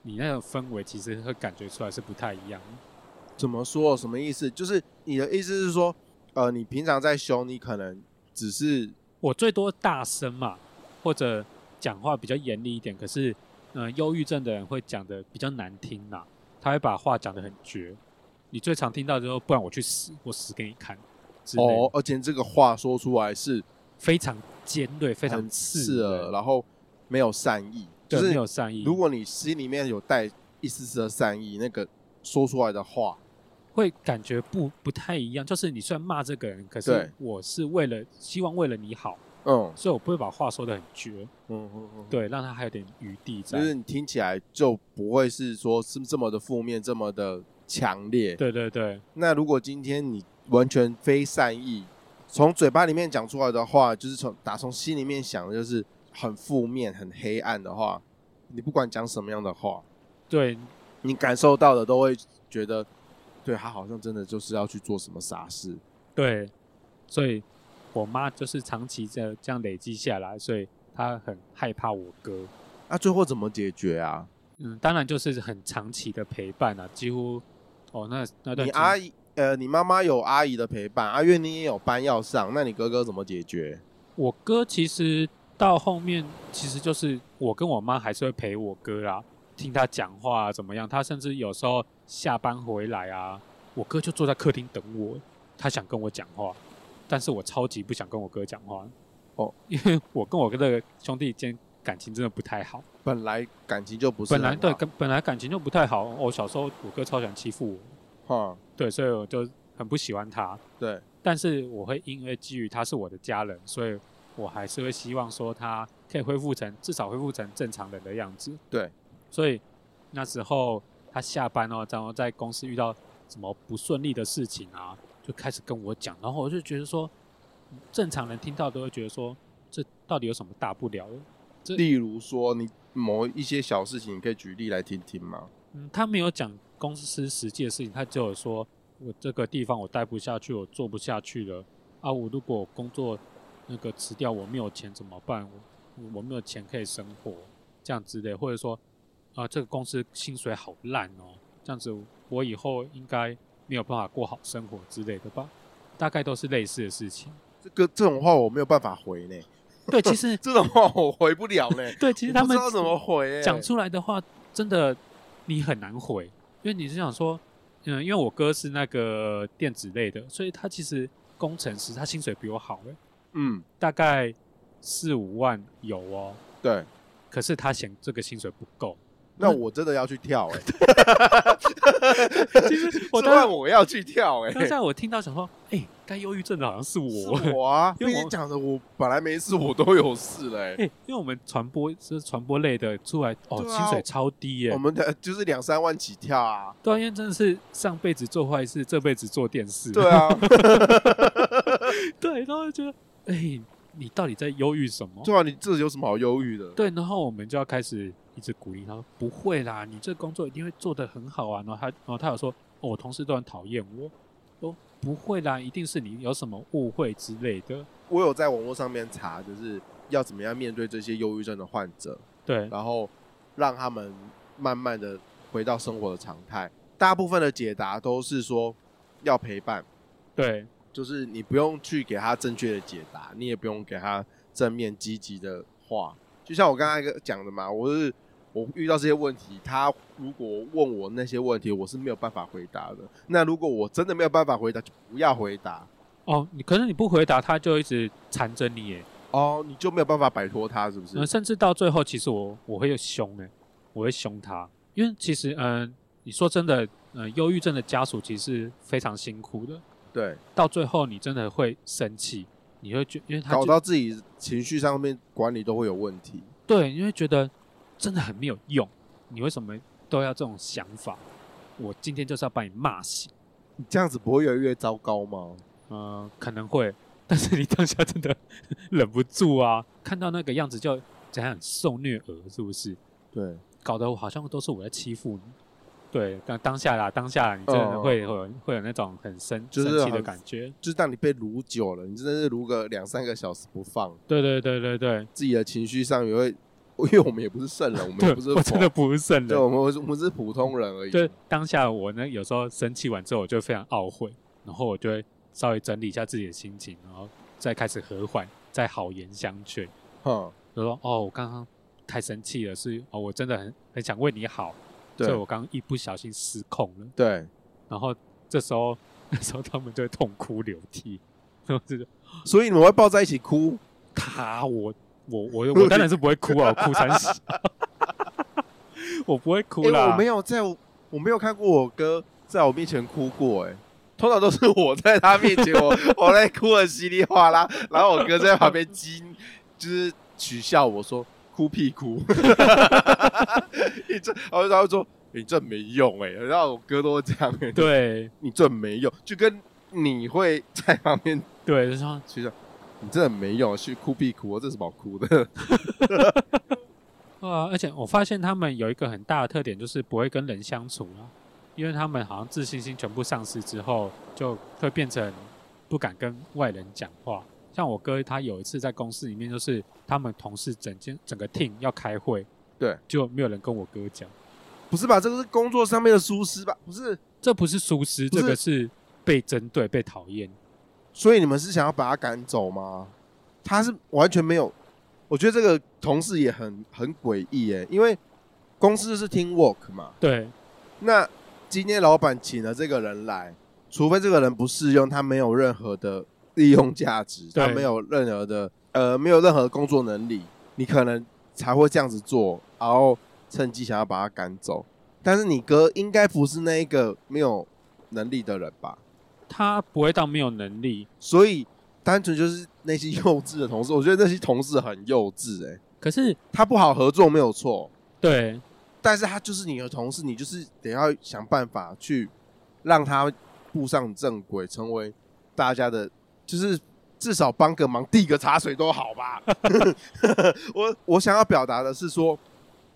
Speaker 1: 你那种氛围其实会感觉出来是不太一样的。
Speaker 2: 怎么说？什么意思？就是你的意思是说，呃，你平常在凶，你可能只是
Speaker 1: 我最多大声嘛，或者讲话比较严厉一点，可是嗯，呃忧郁症的人会讲的比较难听呐、他会把话讲的很绝。你最常听到之后，不然我去死，我死给你看，之类的
Speaker 2: 哦，而且这个话说出来是
Speaker 1: 非常尖锐，非常
Speaker 2: 很
Speaker 1: 刺
Speaker 2: 刺耳，
Speaker 1: 耳，
Speaker 2: 然后没有善意，
Speaker 1: 对，
Speaker 2: 就是
Speaker 1: 没有善意，
Speaker 2: 如果你心里面有带一丝丝的善意，那个说出来的话，
Speaker 1: 会感觉不不太一样。就是你虽然骂这个人，可
Speaker 2: 对
Speaker 1: 是我是为了希望为了你好，
Speaker 2: 嗯
Speaker 1: 所以我不会把话说的很绝，
Speaker 2: 嗯嗯嗯，
Speaker 1: 对，让他还有点余地在。
Speaker 2: 就是你听起来就不会是说是这么的负面，这么的强烈。
Speaker 1: 对对对，
Speaker 2: 那如果今天你完全非善意，从嘴巴里面讲出来的话，就是从打从心里面想的，就是很负面、很黑暗的话，你不管讲什么样的话，
Speaker 1: 对，
Speaker 2: 你感受到的都会觉得，对他好像真的就是要去做什么傻事。
Speaker 1: 对，所以我妈就是长期这这样累积下来，所以她很害怕我哥。
Speaker 2: 那、啊最后怎么解决啊？
Speaker 1: 嗯，当然就是很长期的陪伴啊，几乎哦那那段
Speaker 2: 你
Speaker 1: 期
Speaker 2: 阿姨，呃，你妈妈有阿姨的陪伴，阿、月你也有班要上，那你哥哥怎么解决？
Speaker 1: 我哥其实到后面其实就是我跟我妈还是会陪我哥啦，听他讲话、啊、怎么样。他甚至有时候下班回来啊，我哥就坐在客厅等我，他想跟我讲话，但是我超级不想跟我哥讲话
Speaker 2: 哦，
Speaker 1: 因为我跟我哥的兄弟间感情真的不太好，
Speaker 2: 本来感情就不是
Speaker 1: 本来
Speaker 2: 很
Speaker 1: 对
Speaker 2: 好
Speaker 1: 跟本来感情就不太好。我小时候我哥超喜欢欺负我，
Speaker 2: 哈，
Speaker 1: 对，所以我就很不喜欢他。
Speaker 2: 对，
Speaker 1: 但是我会因为基于他是我的家人，所以我还是会希望说他可以恢复成至少恢复成正常人的样子。
Speaker 2: 对，
Speaker 1: 所以那时候他下班哦，然后在公司遇到什么不顺利的事情啊，就开始跟我讲，然后我就觉得说，嗯正常人听到都会觉得说，这到底有什么大不了的？
Speaker 2: 例如说你某一些小事情，你可以举例来听听吗？
Speaker 1: 嗯，他没有讲公司实际的事情，他只有说我这个地方我待不下去，我做不下去了啊！我如果工作那个辞掉，我没有钱怎么办？我我没有钱可以生活，这样之类，或者说啊，这个公司薪水好烂哦，这样子我以后应该没有办法过好生活之类的吧？大概都是类似的事情。
Speaker 2: 这个这种话我没有办法回呢，
Speaker 1: 对，其实
Speaker 2: 这种话我回不了呢。
Speaker 1: 对， 其实
Speaker 2: 我
Speaker 1: 他
Speaker 2: 不
Speaker 1: 们
Speaker 2: 知道怎么回、欸，
Speaker 1: 讲出来的话，真的你很难回，因为你是想说，嗯，因为我哥是那个电子类的，所以他其实工程师，他薪水比我好、欸，
Speaker 2: 嗯，
Speaker 1: 大概四五万有哦，
Speaker 2: 对。
Speaker 1: 可是他嫌这个薪水不 够。
Speaker 2: 那我真的要去跳哎、
Speaker 1: 其实 我
Speaker 2: 我
Speaker 1: 当
Speaker 2: 当然
Speaker 1: 时
Speaker 2: 我要去跳 哎、
Speaker 1: 当下我听到想说，哎、该忧郁症的好像是我，
Speaker 2: 是我啊，
Speaker 1: 因
Speaker 2: 因
Speaker 1: 为我
Speaker 2: 为你讲的我本来没事，我都有事嘞、
Speaker 1: 哎、因为我们传播是传播类的出来，哦，
Speaker 2: 对啊
Speaker 1: 薪水超低耶、
Speaker 2: 我们的就是两三万起跳啊，
Speaker 1: 对啊，因为真的是上辈子做坏事，这辈子做电视。
Speaker 2: 对啊，
Speaker 1: 对，然后就觉得，哎、你到底在忧郁什么？
Speaker 2: 对啊，你这有什么好忧郁的？
Speaker 1: 对，然后我们就要开始一直鼓励他说：“不会啦，你这工作一定会做得很好啊。”然后他，然后他有说：“哦，我同事都很讨厌我。”说：“不会啦，一定是你有什么误会之类的。
Speaker 2: 我有在网络上面查，就是要怎么样面对这些忧郁症的患者，”
Speaker 1: 对，
Speaker 2: 然后让他们慢慢的回到生活的常态。大部分的解答都是说要陪伴，
Speaker 1: 对，
Speaker 2: 就是你不用去给他正确的解答，你也不用给他正面积极的话。就像我刚才讲的嘛，我是我遇到这些问题，他如果问我那些问题，我是没有办法回答的。那如果我真的没有办法回答，就不要回答
Speaker 1: 哦，你可是你不回答，他就一直缠着你耶。
Speaker 2: 哦，你就没有办法摆脱他，是不是？
Speaker 1: 嗯，甚至到最后，其实我我会凶哎，我会凶他，因为其实嗯、你说真的，嗯、忧郁症的家属其实非常辛苦的，
Speaker 2: 对，
Speaker 1: 到最后你真的会生气，你会觉，因为他
Speaker 2: 搞
Speaker 1: 就
Speaker 2: 到自己情绪上面管理都会有问题。
Speaker 1: 对，因为觉得真的很没有用，你为什么都要这种想法？我今天就是要把你骂醒，
Speaker 2: 你这样子不会越来越糟糕吗？
Speaker 1: 呃，可能会，但是你当下真的 忍不住啊，看到那个样子就怎样受虐儿是不是？
Speaker 2: 对，
Speaker 1: 搞得我好像都是我在欺负你。对，当当下啦，当下啦，你真的
Speaker 2: 嗯
Speaker 1: 会有、会有那种很生
Speaker 2: 就是
Speaker 1: 生气的
Speaker 2: 很
Speaker 1: 感觉。
Speaker 2: 就是当你被撸久了，你真的是撸个两三个小时不放，
Speaker 1: 对对对对对，
Speaker 2: 自己的情绪上也会， 因为我们也不是圣人，我们
Speaker 1: 对
Speaker 2: 也不是
Speaker 1: 我真
Speaker 2: 佛
Speaker 1: 的不是圣
Speaker 2: 对，
Speaker 1: 人。
Speaker 2: 我们我们是普通人而已。
Speaker 1: 对，当下我呢，有时候生气完之后，我就非常懊悔，然后我就会稍微整理一下自己的心情，然后再开始和缓，再好言相劝。
Speaker 2: 哼，
Speaker 1: 就说哦，我刚刚太生气了，是哦，我真的很很想为你好，所以
Speaker 2: 对
Speaker 1: 我刚刚一不小心失控了。
Speaker 2: 对，
Speaker 1: 然后这时候， 那时候他们就会痛哭流涕，然后就是
Speaker 2: 所以你们会抱在一起哭，
Speaker 1: 他我我我我当然是不会哭啊，我哭三十， 我不会哭
Speaker 2: 因为
Speaker 1: 啦。
Speaker 2: 哎我没有在我，我没有看过我哥在我面前哭过、哎，通常都是我在他面前， 我我在哭的稀里哗啦，然后我哥在旁边激，就是取笑我说哭屁哭， 你这，然后他会说你这没用哎、然后我哥都会这样、哎
Speaker 1: 对
Speaker 2: 你这没用，就跟你会在旁边
Speaker 1: 对，就是说
Speaker 2: 去说，你真的没用，去哭必哭哦，这是么好哭的？
Speaker 1: 啊，而且我发现他们有一个很大的特点，就是不会跟人相处啊，因为他们好像自信心全部丧失之后，就会变成不敢跟外人讲话。像我哥他有一次在公司里面，就是他们同事整间整个 team 要开会，
Speaker 2: 对，
Speaker 1: 就没有人跟我哥讲。
Speaker 2: 不是吧？这个是工作上面的疏失吧？不是，
Speaker 1: 这不是疏失，
Speaker 2: 不
Speaker 1: 这
Speaker 2: 是
Speaker 1: 个是被针对、被讨厌。
Speaker 2: 所以你们是想要把他赶走吗？他是完全没有，我觉得这个同事也很很诡异耶，因为公司是 team work 嘛，
Speaker 1: 对，
Speaker 2: 那今天老板请了这个人来，除非这个人不适用，他没有任何的利用价值，
Speaker 1: 对
Speaker 2: 他没有任何的呃，没有任何工作能力，你可能才会这样子做，然后趁机想要把他赶走。但是你哥应该不是那一个没有能力的人吧？
Speaker 1: 他不会到没有能力，
Speaker 2: 所以单纯就是那些幼稚的同事，我觉得那些同事很幼稚、欸，
Speaker 1: 可是
Speaker 2: 他不好合作没有错，
Speaker 1: 对
Speaker 2: 但是他就是你的同事，你就是得要想办法去让他步上正轨，成为大家的，就是至少帮个忙、递个茶水都好吧。 我我想要表达的是说，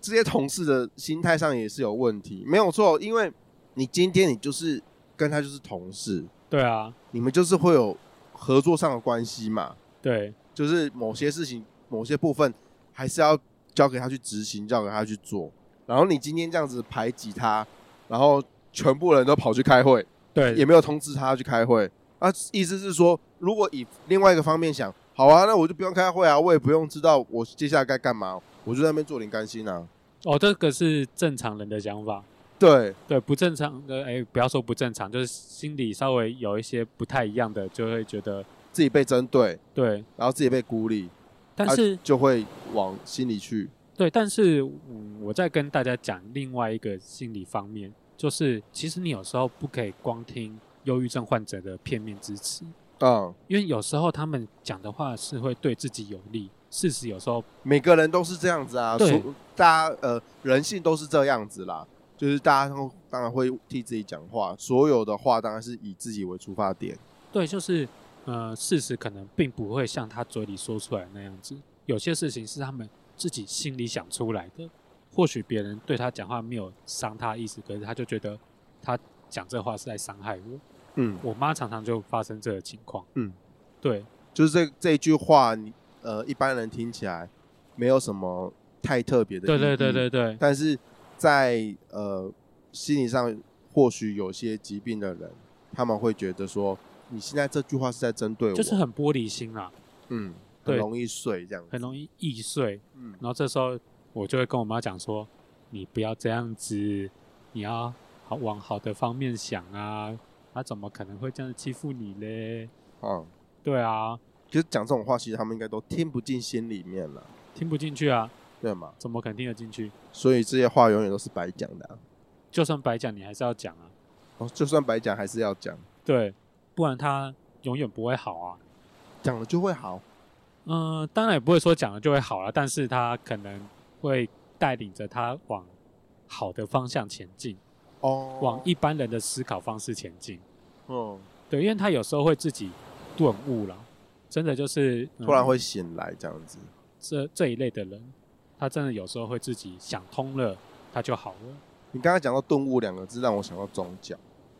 Speaker 2: 这些同事的心态上也是有问题，没有错，因为你今天你就是跟他就是同事，
Speaker 1: 对啊，
Speaker 2: 你们就是会有合作上的关系嘛，
Speaker 1: 对
Speaker 2: 就是某些事情、某些部分还是要交给他去执行，交给他去做。然后你今天这样子排挤他，然后全部人都跑去开会，
Speaker 1: 对，
Speaker 2: 也没有通知他去开会。啊，意思是说，如果以另外一个方面想，好啊，那我就不用开会啊，我也不用知道我接下来该干嘛，我就在那边做零甘心啊。
Speaker 1: 哦，这个是正常人的想法。
Speaker 2: 对，
Speaker 1: 对不正常的，哎、不要说不正常，就是心里稍微有一些不太一样的，就会觉得
Speaker 2: 自己被针对，
Speaker 1: 对。
Speaker 2: 然后自己被孤立，
Speaker 1: 但
Speaker 2: 啊
Speaker 1: 是、
Speaker 2: 就会往心里去。
Speaker 1: 对，但是、嗯、我再跟大家讲另外一个心理方面，就是其实你有时候不可以光听忧郁症患者的片面之词，
Speaker 2: 嗯，
Speaker 1: 因为有时候他们讲的话是会对自己有利，事实有时候
Speaker 2: 每个人都是这样子啊，
Speaker 1: 对
Speaker 2: 所，大家呃人性都是这样子啦，就是大家都当然会替自己讲话，所有的话当然是以自己为出发点。
Speaker 1: 对，就是呃，事实可能并不会像他嘴里说出来那样子，有些事情是他们自己心里想出来的。或许别人对他讲话没有伤他意思，可是他就觉得他讲这话是在伤害我。
Speaker 2: 嗯，
Speaker 1: 我妈常常就发生这个情况。
Speaker 2: 嗯，
Speaker 1: 对
Speaker 2: 就是这这一句话，你呃一般人听起来没有什么太特别的，
Speaker 1: 对对对，对对
Speaker 2: 嗯但是在呃心理上，或许有些疾病的人，他们会觉得说，你现在这句话是在针对我，
Speaker 1: 就是很玻璃心啦，
Speaker 2: 嗯，
Speaker 1: 对
Speaker 2: 很容易碎这样子，
Speaker 1: 很容易易碎。
Speaker 2: 嗯
Speaker 1: 然后这时候我就会跟我妈讲说：“你不要这样子，你要好往好的方面想啊，他怎么可能会这样欺负你嘞？”
Speaker 2: 嗯，
Speaker 1: 对啊，
Speaker 2: 就是讲这种话，其实他们应该都听不进心里面了，
Speaker 1: 听不进去啊，
Speaker 2: 对吗？
Speaker 1: 怎么可能听得进去？
Speaker 2: 所以这些话永远都是白讲的啊、
Speaker 1: 就算白讲，你还是要讲啊。
Speaker 2: 哦，就算白讲还是要讲，
Speaker 1: 对，不然他永远不会好啊。
Speaker 2: 讲了就会好。
Speaker 1: 嗯、当然也不会说讲了就会好了，但是他可能会带领着他往好的方向前进，
Speaker 2: 哦，
Speaker 1: 往一般人的思考方式前进。
Speaker 2: 嗯，
Speaker 1: 对，因为他有时候会自己顿悟了，真的就是、嗯
Speaker 2: 突然会醒来这样子。
Speaker 1: 这这一类的人，他真的有时候会自己想通了，他就好了。
Speaker 2: 你刚刚讲到“顿悟”两个字，让我想到宗教。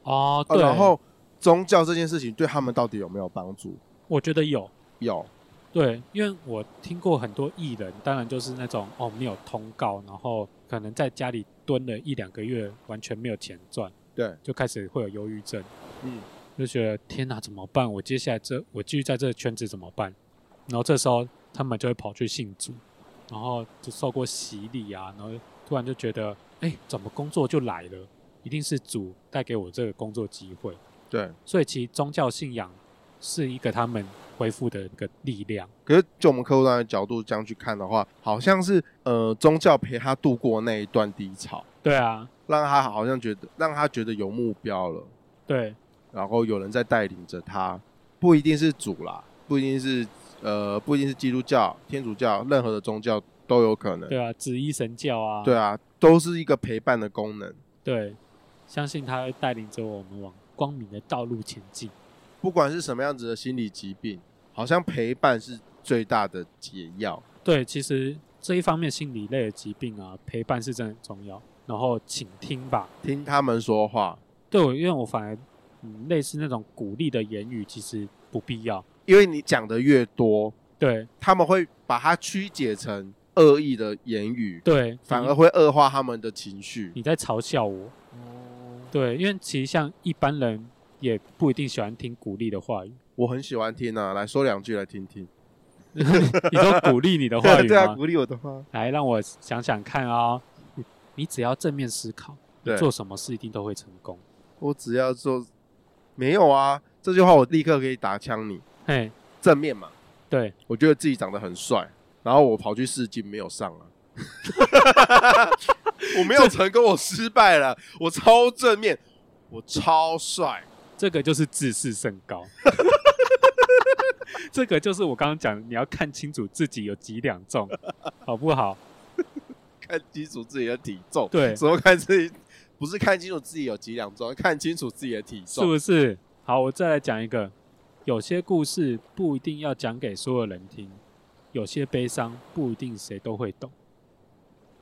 Speaker 1: 哦，
Speaker 2: 哦、
Speaker 1: 对，
Speaker 2: 然后宗教这件事情对他们到底有没有帮助？
Speaker 1: 我觉得有，
Speaker 2: 有，
Speaker 1: 对，因为我听过很多艺人，当然就是那种哦没有通告，然后可能在家里蹲了一两个月，完全没有钱赚，
Speaker 2: 对，
Speaker 1: 就开始会有忧郁症，
Speaker 2: 嗯，
Speaker 1: 就觉得天哪怎么办？我接下来这我继续在这个圈子怎么办？然后这时候他们就会跑去信主，然后就受过洗礼啊，然后突然就觉得哎怎么工作就来了？一定是主带给我这个工作机会，
Speaker 2: 对。
Speaker 1: 所以其实宗教信仰是一个他们恢复的一个力量。
Speaker 2: 可是就我们客户端的角度这样去看的话，好像是呃宗教陪他度过那一段低潮，
Speaker 1: 对啊，
Speaker 2: 让他好像觉得让他觉得有目标了，
Speaker 1: 对。
Speaker 2: 然后有人在带领着他，不一定是主啦，不一定是呃，不一定是基督教、天主教，任何的宗教都有可能。
Speaker 1: 对啊，紫衣神教啊，
Speaker 2: 对啊，都是一个陪伴的功能。
Speaker 1: 对相信他会带领着我们往光明的道路前进。
Speaker 2: 不管是什么样子的心理疾病，好像陪伴是最大的解药。
Speaker 1: 对，其实这一方面心理类的疾病啊，陪伴是真的很重要。然后倾听吧，
Speaker 2: 听他们说话，
Speaker 1: 对我，因为我反而嗯，类似那种鼓励的言语其实不必要。
Speaker 2: 因为你讲的越多，
Speaker 1: 对
Speaker 2: 他们会把它曲解成恶意的言语，
Speaker 1: 对，
Speaker 2: 反
Speaker 1: 你
Speaker 2: 而会恶化他们的情绪。
Speaker 1: 你在嘲笑我。
Speaker 2: 哦
Speaker 1: 对，因为其实像一般人也不一定喜欢听鼓励的话语。
Speaker 2: 我很喜欢听啊，来说两句来听听。
Speaker 1: 你说鼓励你的话语
Speaker 2: 对啊，
Speaker 1: 吗？
Speaker 2: 鼓励我的话。
Speaker 1: 来，让我想想看啊、你你只要正面思考，你
Speaker 2: 对
Speaker 1: 做什么事一定都会成功。
Speaker 2: 我只要做，没有啊，这句话我立刻可以打枪你。
Speaker 1: 嘿，
Speaker 2: 正面嘛，
Speaker 1: 对，
Speaker 2: 我觉得自己长得很帅，然后我跑去试镜没有上啊， 我没有成功，我失败了，我超正面，我超帅，
Speaker 1: 这个就是自视甚高。这个就是我刚刚讲，你要看清楚自己有几两重，好不好？
Speaker 2: 看清楚自己的体重，
Speaker 1: 对
Speaker 2: 怎么看自己？不是看清楚自己有几两重，看清楚自己的体
Speaker 1: 是
Speaker 2: 重。
Speaker 1: 不是？好，我再来讲一个，有些故事不一定要讲给所有人听，有些悲伤不一定谁都会懂。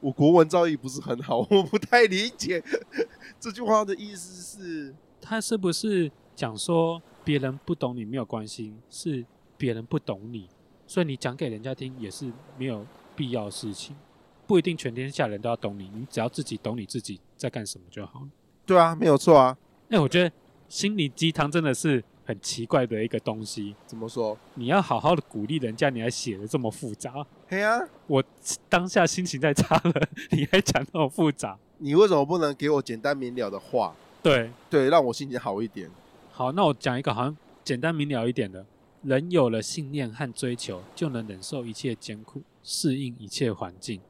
Speaker 2: 我国文造诣不是很好，我不太理解 这句话的意思是。
Speaker 1: 他是不是讲说别人不懂你没有关系，是别人不懂你，所以你讲给人家听也是没有必要的事情，不一定全天下人都要懂你，你只要自己懂你自己在干什么就好了。
Speaker 2: 对啊，没有错啊。
Speaker 1: 哎、我觉得心灵鸡汤真的是很奇怪的一个东西，
Speaker 2: 怎么说？
Speaker 1: 你要好好的鼓励人家，你还写的这么复杂。
Speaker 2: 嘿啊，
Speaker 1: 我当下心情太差了， 你还讲那么复杂。
Speaker 2: 你为什么不能给我简单明了的话？
Speaker 1: 对，
Speaker 2: 对，让我心情好一点。
Speaker 1: 好，那我讲一个好像简单明了一点的。人有了信念和追求，就能忍受一切艰苦，适应一切环境。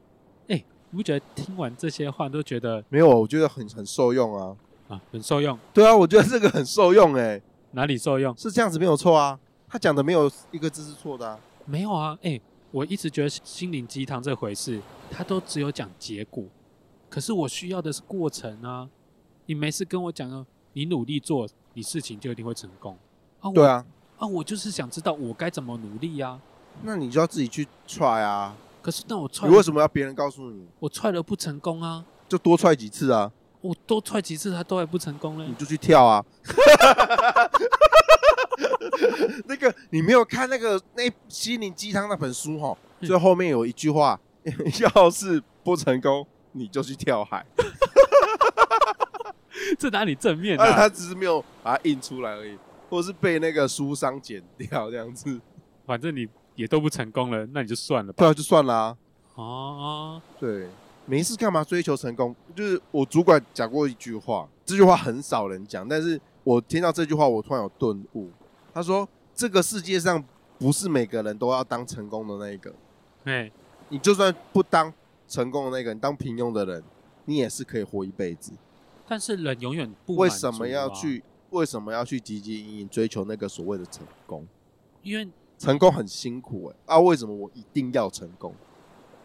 Speaker 1: 哎，你不觉得听完这些话都觉得
Speaker 2: 没有，我觉得很很受用啊。
Speaker 1: 啊很受用？
Speaker 2: 对啊，我觉得这个很受用哎、
Speaker 1: 哪里受用？
Speaker 2: 是这样子没有错啊。他讲的没有一个字是错的、啊。
Speaker 1: 没有啊，哎，我一直觉得心灵鸡汤这回事，它都只有讲结果，可是我需要的是过程啊。你没事跟我讲啊，你努力做，你事情就一定会成功啊。
Speaker 2: 对
Speaker 1: 我
Speaker 2: 啊，
Speaker 1: 啊，我就是想知道我该怎么努力啊。
Speaker 2: 那你就要自己去 try 啊。
Speaker 1: 可是那我踹
Speaker 2: 你为什么要别人告诉你？
Speaker 1: 我踹了不成功啊，
Speaker 2: 就多 try 几次啊，
Speaker 1: 我多踹几次他都还不成功
Speaker 2: 你
Speaker 1: 嘞。
Speaker 2: 就去跳 啊。那个你没有看那个那心灵鸡汤那本书哈，
Speaker 1: 嗯
Speaker 2: 最后面有一句话， 要是不成功，你就去跳海。
Speaker 1: 这哪里正面
Speaker 2: 但
Speaker 1: 啊？
Speaker 2: 哎他只是没有把它印出来而已，或者是被那个书商剪掉这样子。
Speaker 1: 反正你也都不成功了，那你就算了吧。
Speaker 2: 对啊，就算啦、
Speaker 1: 哦，
Speaker 2: 对，没事干嘛追求成功？就是我主管讲过一句话，这句话很少人讲，但是我听到这句话，我突然有顿悟。他说：“这个世界上不是每个人都要当成功的那一个，
Speaker 1: 哎，
Speaker 2: 你就算不当成功的那个，你当平庸的人，你也是可以活一辈子。
Speaker 1: 但是人永远不
Speaker 2: 为
Speaker 1: 满
Speaker 2: 什么
Speaker 1: 足
Speaker 2: 要
Speaker 1: 啊？
Speaker 2: 去？为什么要去汲汲营营追求那个所谓的成功？”
Speaker 1: 因为
Speaker 2: 成功很辛苦哎、啊，为什么我一定要成功？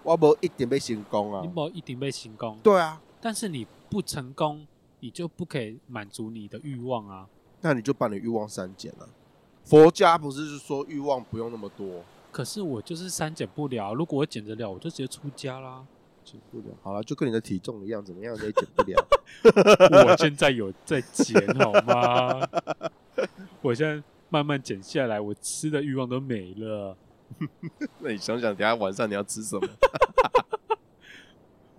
Speaker 2: 我不一点被成功啊
Speaker 1: 你？某一定被成功，
Speaker 2: 对啊，
Speaker 1: 但是你不成功，你就不可以满足你的欲望啊。
Speaker 2: 那你就把你欲望删减了。佛家不是说欲望不用那么多，
Speaker 1: 可是我就是删减不了，啊如果我减得了，我就直接出家 啦。
Speaker 2: 减不了。好了，就跟你的体重一样，怎么样你也减不了。
Speaker 1: 我现在有在减好吗？我现在慢慢减下来，我吃的欲望都没了。
Speaker 2: 那你想想，等下晚上你要吃 什么？啊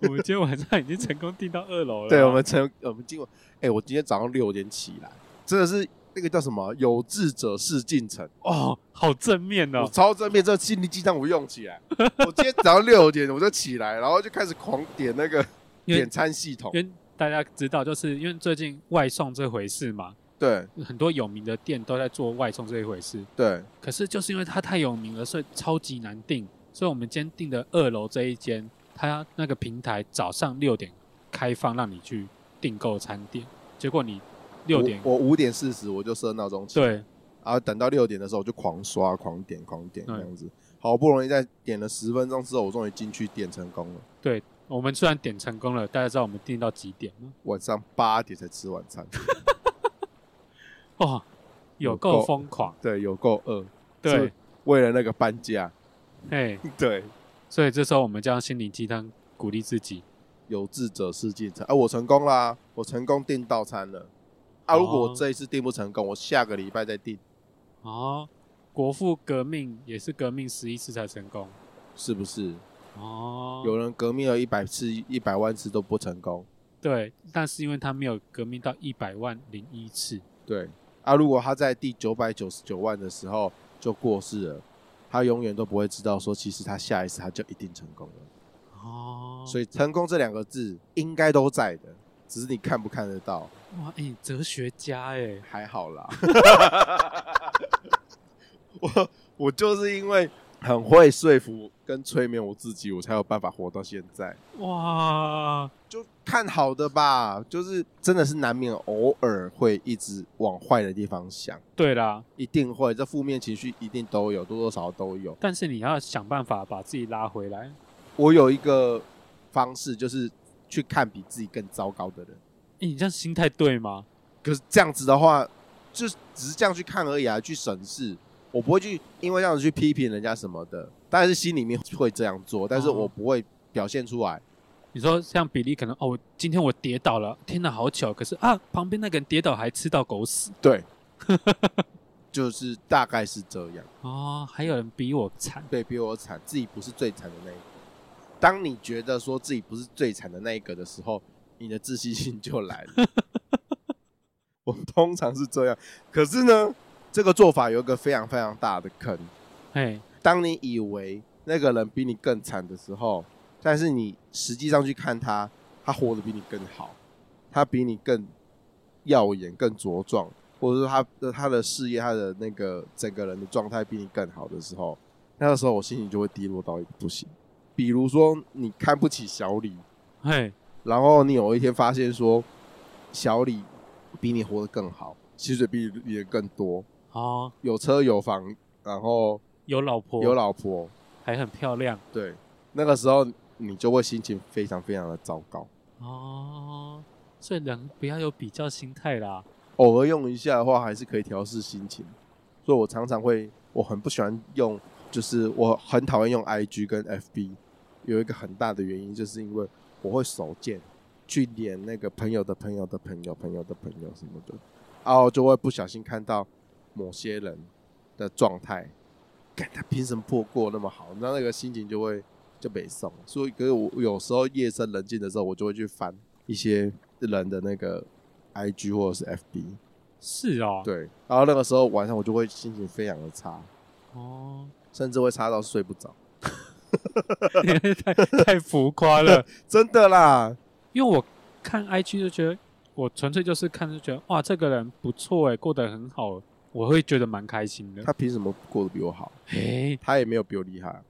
Speaker 1: 我们今天晚上已经成功订到二楼了。
Speaker 2: 对，我们成我们今晚，哎、我今天早上六点起来，真的是那个叫什么“有志者事竟成”
Speaker 1: 哦，好正面
Speaker 2: 我
Speaker 1: 哦。
Speaker 2: 超正面，这心灵鸡汤我用起来。我今天早上六点我就起来，然后就开始狂点那个
Speaker 1: 因为
Speaker 2: 点餐系统。
Speaker 1: 因为大家知道，就是因为最近外送这回事嘛，
Speaker 2: 对
Speaker 1: 很多有名的店都在做外送这一回事。
Speaker 2: 对，
Speaker 1: 可是就是因为它太有名了，所以超级难订。所以我们今天订的二楼这一间，它那个平台早上六点开放让你去订购餐点，结果你六点
Speaker 2: 我我五点四十我就设闹钟起，
Speaker 1: 对
Speaker 2: 然后等到六点的时候我就狂刷、狂点、狂点
Speaker 1: 对
Speaker 2: 这样子。好不容易在点了十分钟之后，我终于进去点成功了。
Speaker 1: 对，我们虽然点成功了，大家知道我们订到几点吗？
Speaker 2: 晚上八点才吃晚餐，
Speaker 1: 哦，有够疯狂，
Speaker 2: 对，有够饿，
Speaker 1: 对
Speaker 2: 是，为了那个搬家，
Speaker 1: 哎，
Speaker 2: 对，
Speaker 1: 所以这时候我们就要心灵鸡汤鼓励自己，
Speaker 2: 有志者事竟成。啊，我成功啦，我成功订到餐了。啊，
Speaker 1: 哦
Speaker 2: 如果我这一次订不成功，我下个礼拜再订，
Speaker 1: 哦，国父革命也是革命十一次才成功，
Speaker 2: 是不是？
Speaker 1: 哦，
Speaker 2: 有人革命了一百次、一百万次都不成功，
Speaker 1: 对，但是因为他没有革命到一百万零一次，
Speaker 2: 对。啊，如果他在第九百九十九万的时候就过世了，他永远都不会知道说，其实他下一次他就一定成功了。
Speaker 1: 哦，
Speaker 2: 所以成功这两个字应该都在的，只是你看不看得到，
Speaker 1: 哇，哎、哲学家哎、
Speaker 2: 还好啦。 我我就是因为很会说服跟催眠我自己，我才有办法活到现在。
Speaker 1: 哇，
Speaker 2: 就看好的吧，就是真的是难免偶尔会一直往坏的地方想，
Speaker 1: 对啦，
Speaker 2: 一定会，这负面情绪一定都有，多多少少都有。
Speaker 1: 但是你要想办法把自己拉回来。
Speaker 2: 我有一个方式，就是去看比自己更糟糕的人。
Speaker 1: 哎、你这样心态对吗？
Speaker 2: 可是这样子的话，就只是这样去看而已啊，去审视。我不会去因为这样子去批评人家什么的，当然是心里面会这样做，但是
Speaker 1: 哦
Speaker 2: 我不会表现出来。
Speaker 1: 你说像比利可能哦，我今天我跌倒了，天哪，好巧！可是啊，旁边那个人跌倒还吃到狗屎
Speaker 2: 对，就是大概是这样。
Speaker 1: 哦，还有人比我惨
Speaker 2: 对比我惨，自己不是最惨的那一个。当你觉得说自己不是最惨的那一个的时候，你的自信心就来了。 我通常是这样，可是呢，这个做法有一个非常非常大的坑。
Speaker 1: 哎，
Speaker 2: 当你以为那个人比你更惨的时候，但是你实际上去看他，他活得比你更好，他比你更耀眼、更茁壮，或者说他的他的事业、他的那个整个人的状态比你更好的时候，那个时候我心情就会低落到一个不行。比如说你看不起小李，
Speaker 1: 嘿，
Speaker 2: 然后你有一天发现说小李比你活得更好，薪水比你也更多，
Speaker 1: 哦，
Speaker 2: 有车有房，然后
Speaker 1: 有老婆，
Speaker 2: 有老婆。
Speaker 1: 还很漂亮
Speaker 2: 对，那个时候你就会心情非常非常的糟糕。
Speaker 1: 哦，所以人不要有比较心态啦。
Speaker 2: 偶尔用一下的话，还是可以调试心情。所以我常常会，我很不喜欢用，就是我很讨厌用 IG 跟 FB，有一个很大的原因，就是因为我会手贱去连那个朋友的朋友的朋友朋友的朋友什么的，然后就会不小心看到某些人的状态，看他凭什么破过那么好，那那个心情就会就被送。所以，可是我有时候夜深人静的时候，我就会去翻一些人的那个 IG 或者是 FB，
Speaker 1: 是哦，
Speaker 2: 对，然后那个时候晚上我就会心情非常的差，
Speaker 1: 哦，
Speaker 2: 甚至会差到睡不着，
Speaker 1: 你太太浮夸了。
Speaker 2: 真的啦，
Speaker 1: 因为我看 IG 就觉得，我纯粹就是看就觉得，哇，这个人不错哎，过得很好，我会觉得蛮开心的。
Speaker 2: 他凭什么过得比我好？
Speaker 1: 哎，
Speaker 2: 他也没有比我厉害，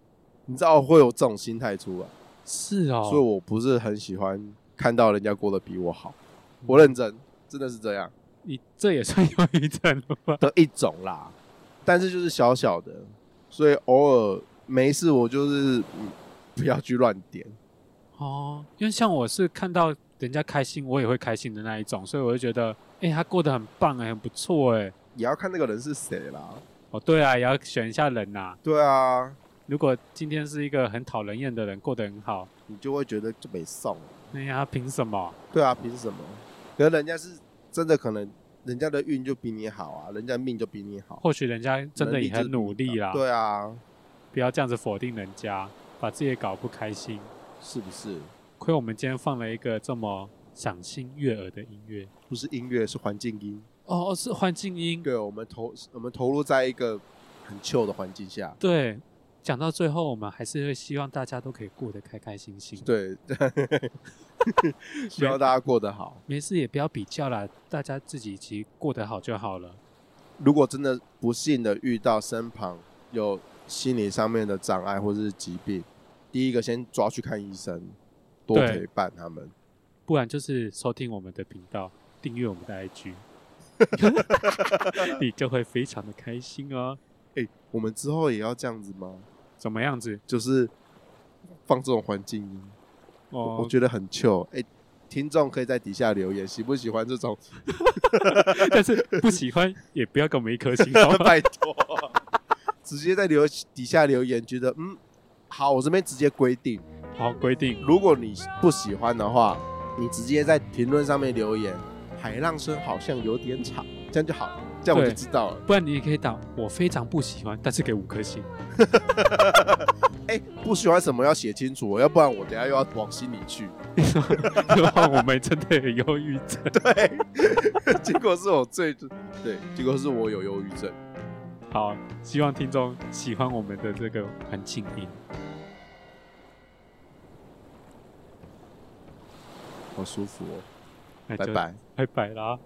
Speaker 2: 你知道会有这种心态出来，
Speaker 1: 是哦，
Speaker 2: 所以我不是很喜欢看到人家过得比我好，我认真，真的是这样
Speaker 1: 你这也算忧郁症了 吧？
Speaker 2: 的一种啦，但是就是小小的，所以偶尔没事我就是、嗯不要去乱点，
Speaker 1: 哦，因为像我是看到人家开心，我也会开心的那一种，所以我就觉得，哎，他过得很棒哎，很不错哎。
Speaker 2: 也要看那个人是谁啦，
Speaker 1: 哦，对啊，也要选一下人呐、
Speaker 2: 对啊，
Speaker 1: 如果今天是一个很讨人厌的人，过得很好，
Speaker 2: 你就会觉得就没送了。
Speaker 1: 那他凭什么？
Speaker 2: 对啊，凭什么？可是人家是真的，可能人家的运就比你好啊，人家命就比你好，
Speaker 1: 或许人家真的
Speaker 2: 能力
Speaker 1: 也
Speaker 2: 就是
Speaker 1: 很努力啦，
Speaker 2: 对啊，
Speaker 1: 不要这样子否定人家，把自己也搞不开心。
Speaker 2: 是不是？
Speaker 1: 亏我们今天放了一个这么赏心悦耳的音乐。
Speaker 2: 不是音乐，是环境音。
Speaker 1: 哦，哦是环境音。
Speaker 2: 对，我们投我们投入在一个很 chill 的环境下。
Speaker 1: 对，讲到最后，我们还是会希望大家都可以过得开开心心。
Speaker 2: 对， 希望大家过得好。
Speaker 1: 没事，也不要比较啦，大家自己其实过得好就好了。
Speaker 2: 如果真的不幸的遇到身旁有心理上面的障碍或者是疾病，第一个先抓去看医生，多
Speaker 1: 对
Speaker 2: 陪伴他们。
Speaker 1: 不然就是收听我们的频道，订阅我们的 IG，你就会非常的开心哦。
Speaker 2: 哎、我们之后也要这样子吗？
Speaker 1: 怎么样子？
Speaker 2: 就是放这种环境音。我
Speaker 1: 哦
Speaker 2: 我，觉得很糗。哎、听众可以在底下留言，喜不喜欢这种？
Speaker 1: 但是不喜欢也不要给我们一颗星，好哦吗？
Speaker 2: 拜托，直接在留底下留言，觉得嗯好，我这边直接规定，
Speaker 1: 好，规定
Speaker 2: 如果你不喜欢的话，你直接在评论上面留言，海浪声好像有点吵，这样就好，这样我就
Speaker 1: 对
Speaker 2: 知道了。
Speaker 1: 不然你也可以打我非常不喜欢，但是给五颗星。
Speaker 2: 哎、不喜欢什么要写清楚哦，要不然我等下又要往心里去。
Speaker 1: 就换我们真的有忧郁症。
Speaker 2: 结果是我最对，结果是我有忧郁症。
Speaker 1: 好，希望听众喜欢我们的这个环境音。
Speaker 2: 好舒服哦，
Speaker 1: 那
Speaker 2: 拜
Speaker 1: 就
Speaker 2: 哦拜。
Speaker 1: 哎拜拜啦。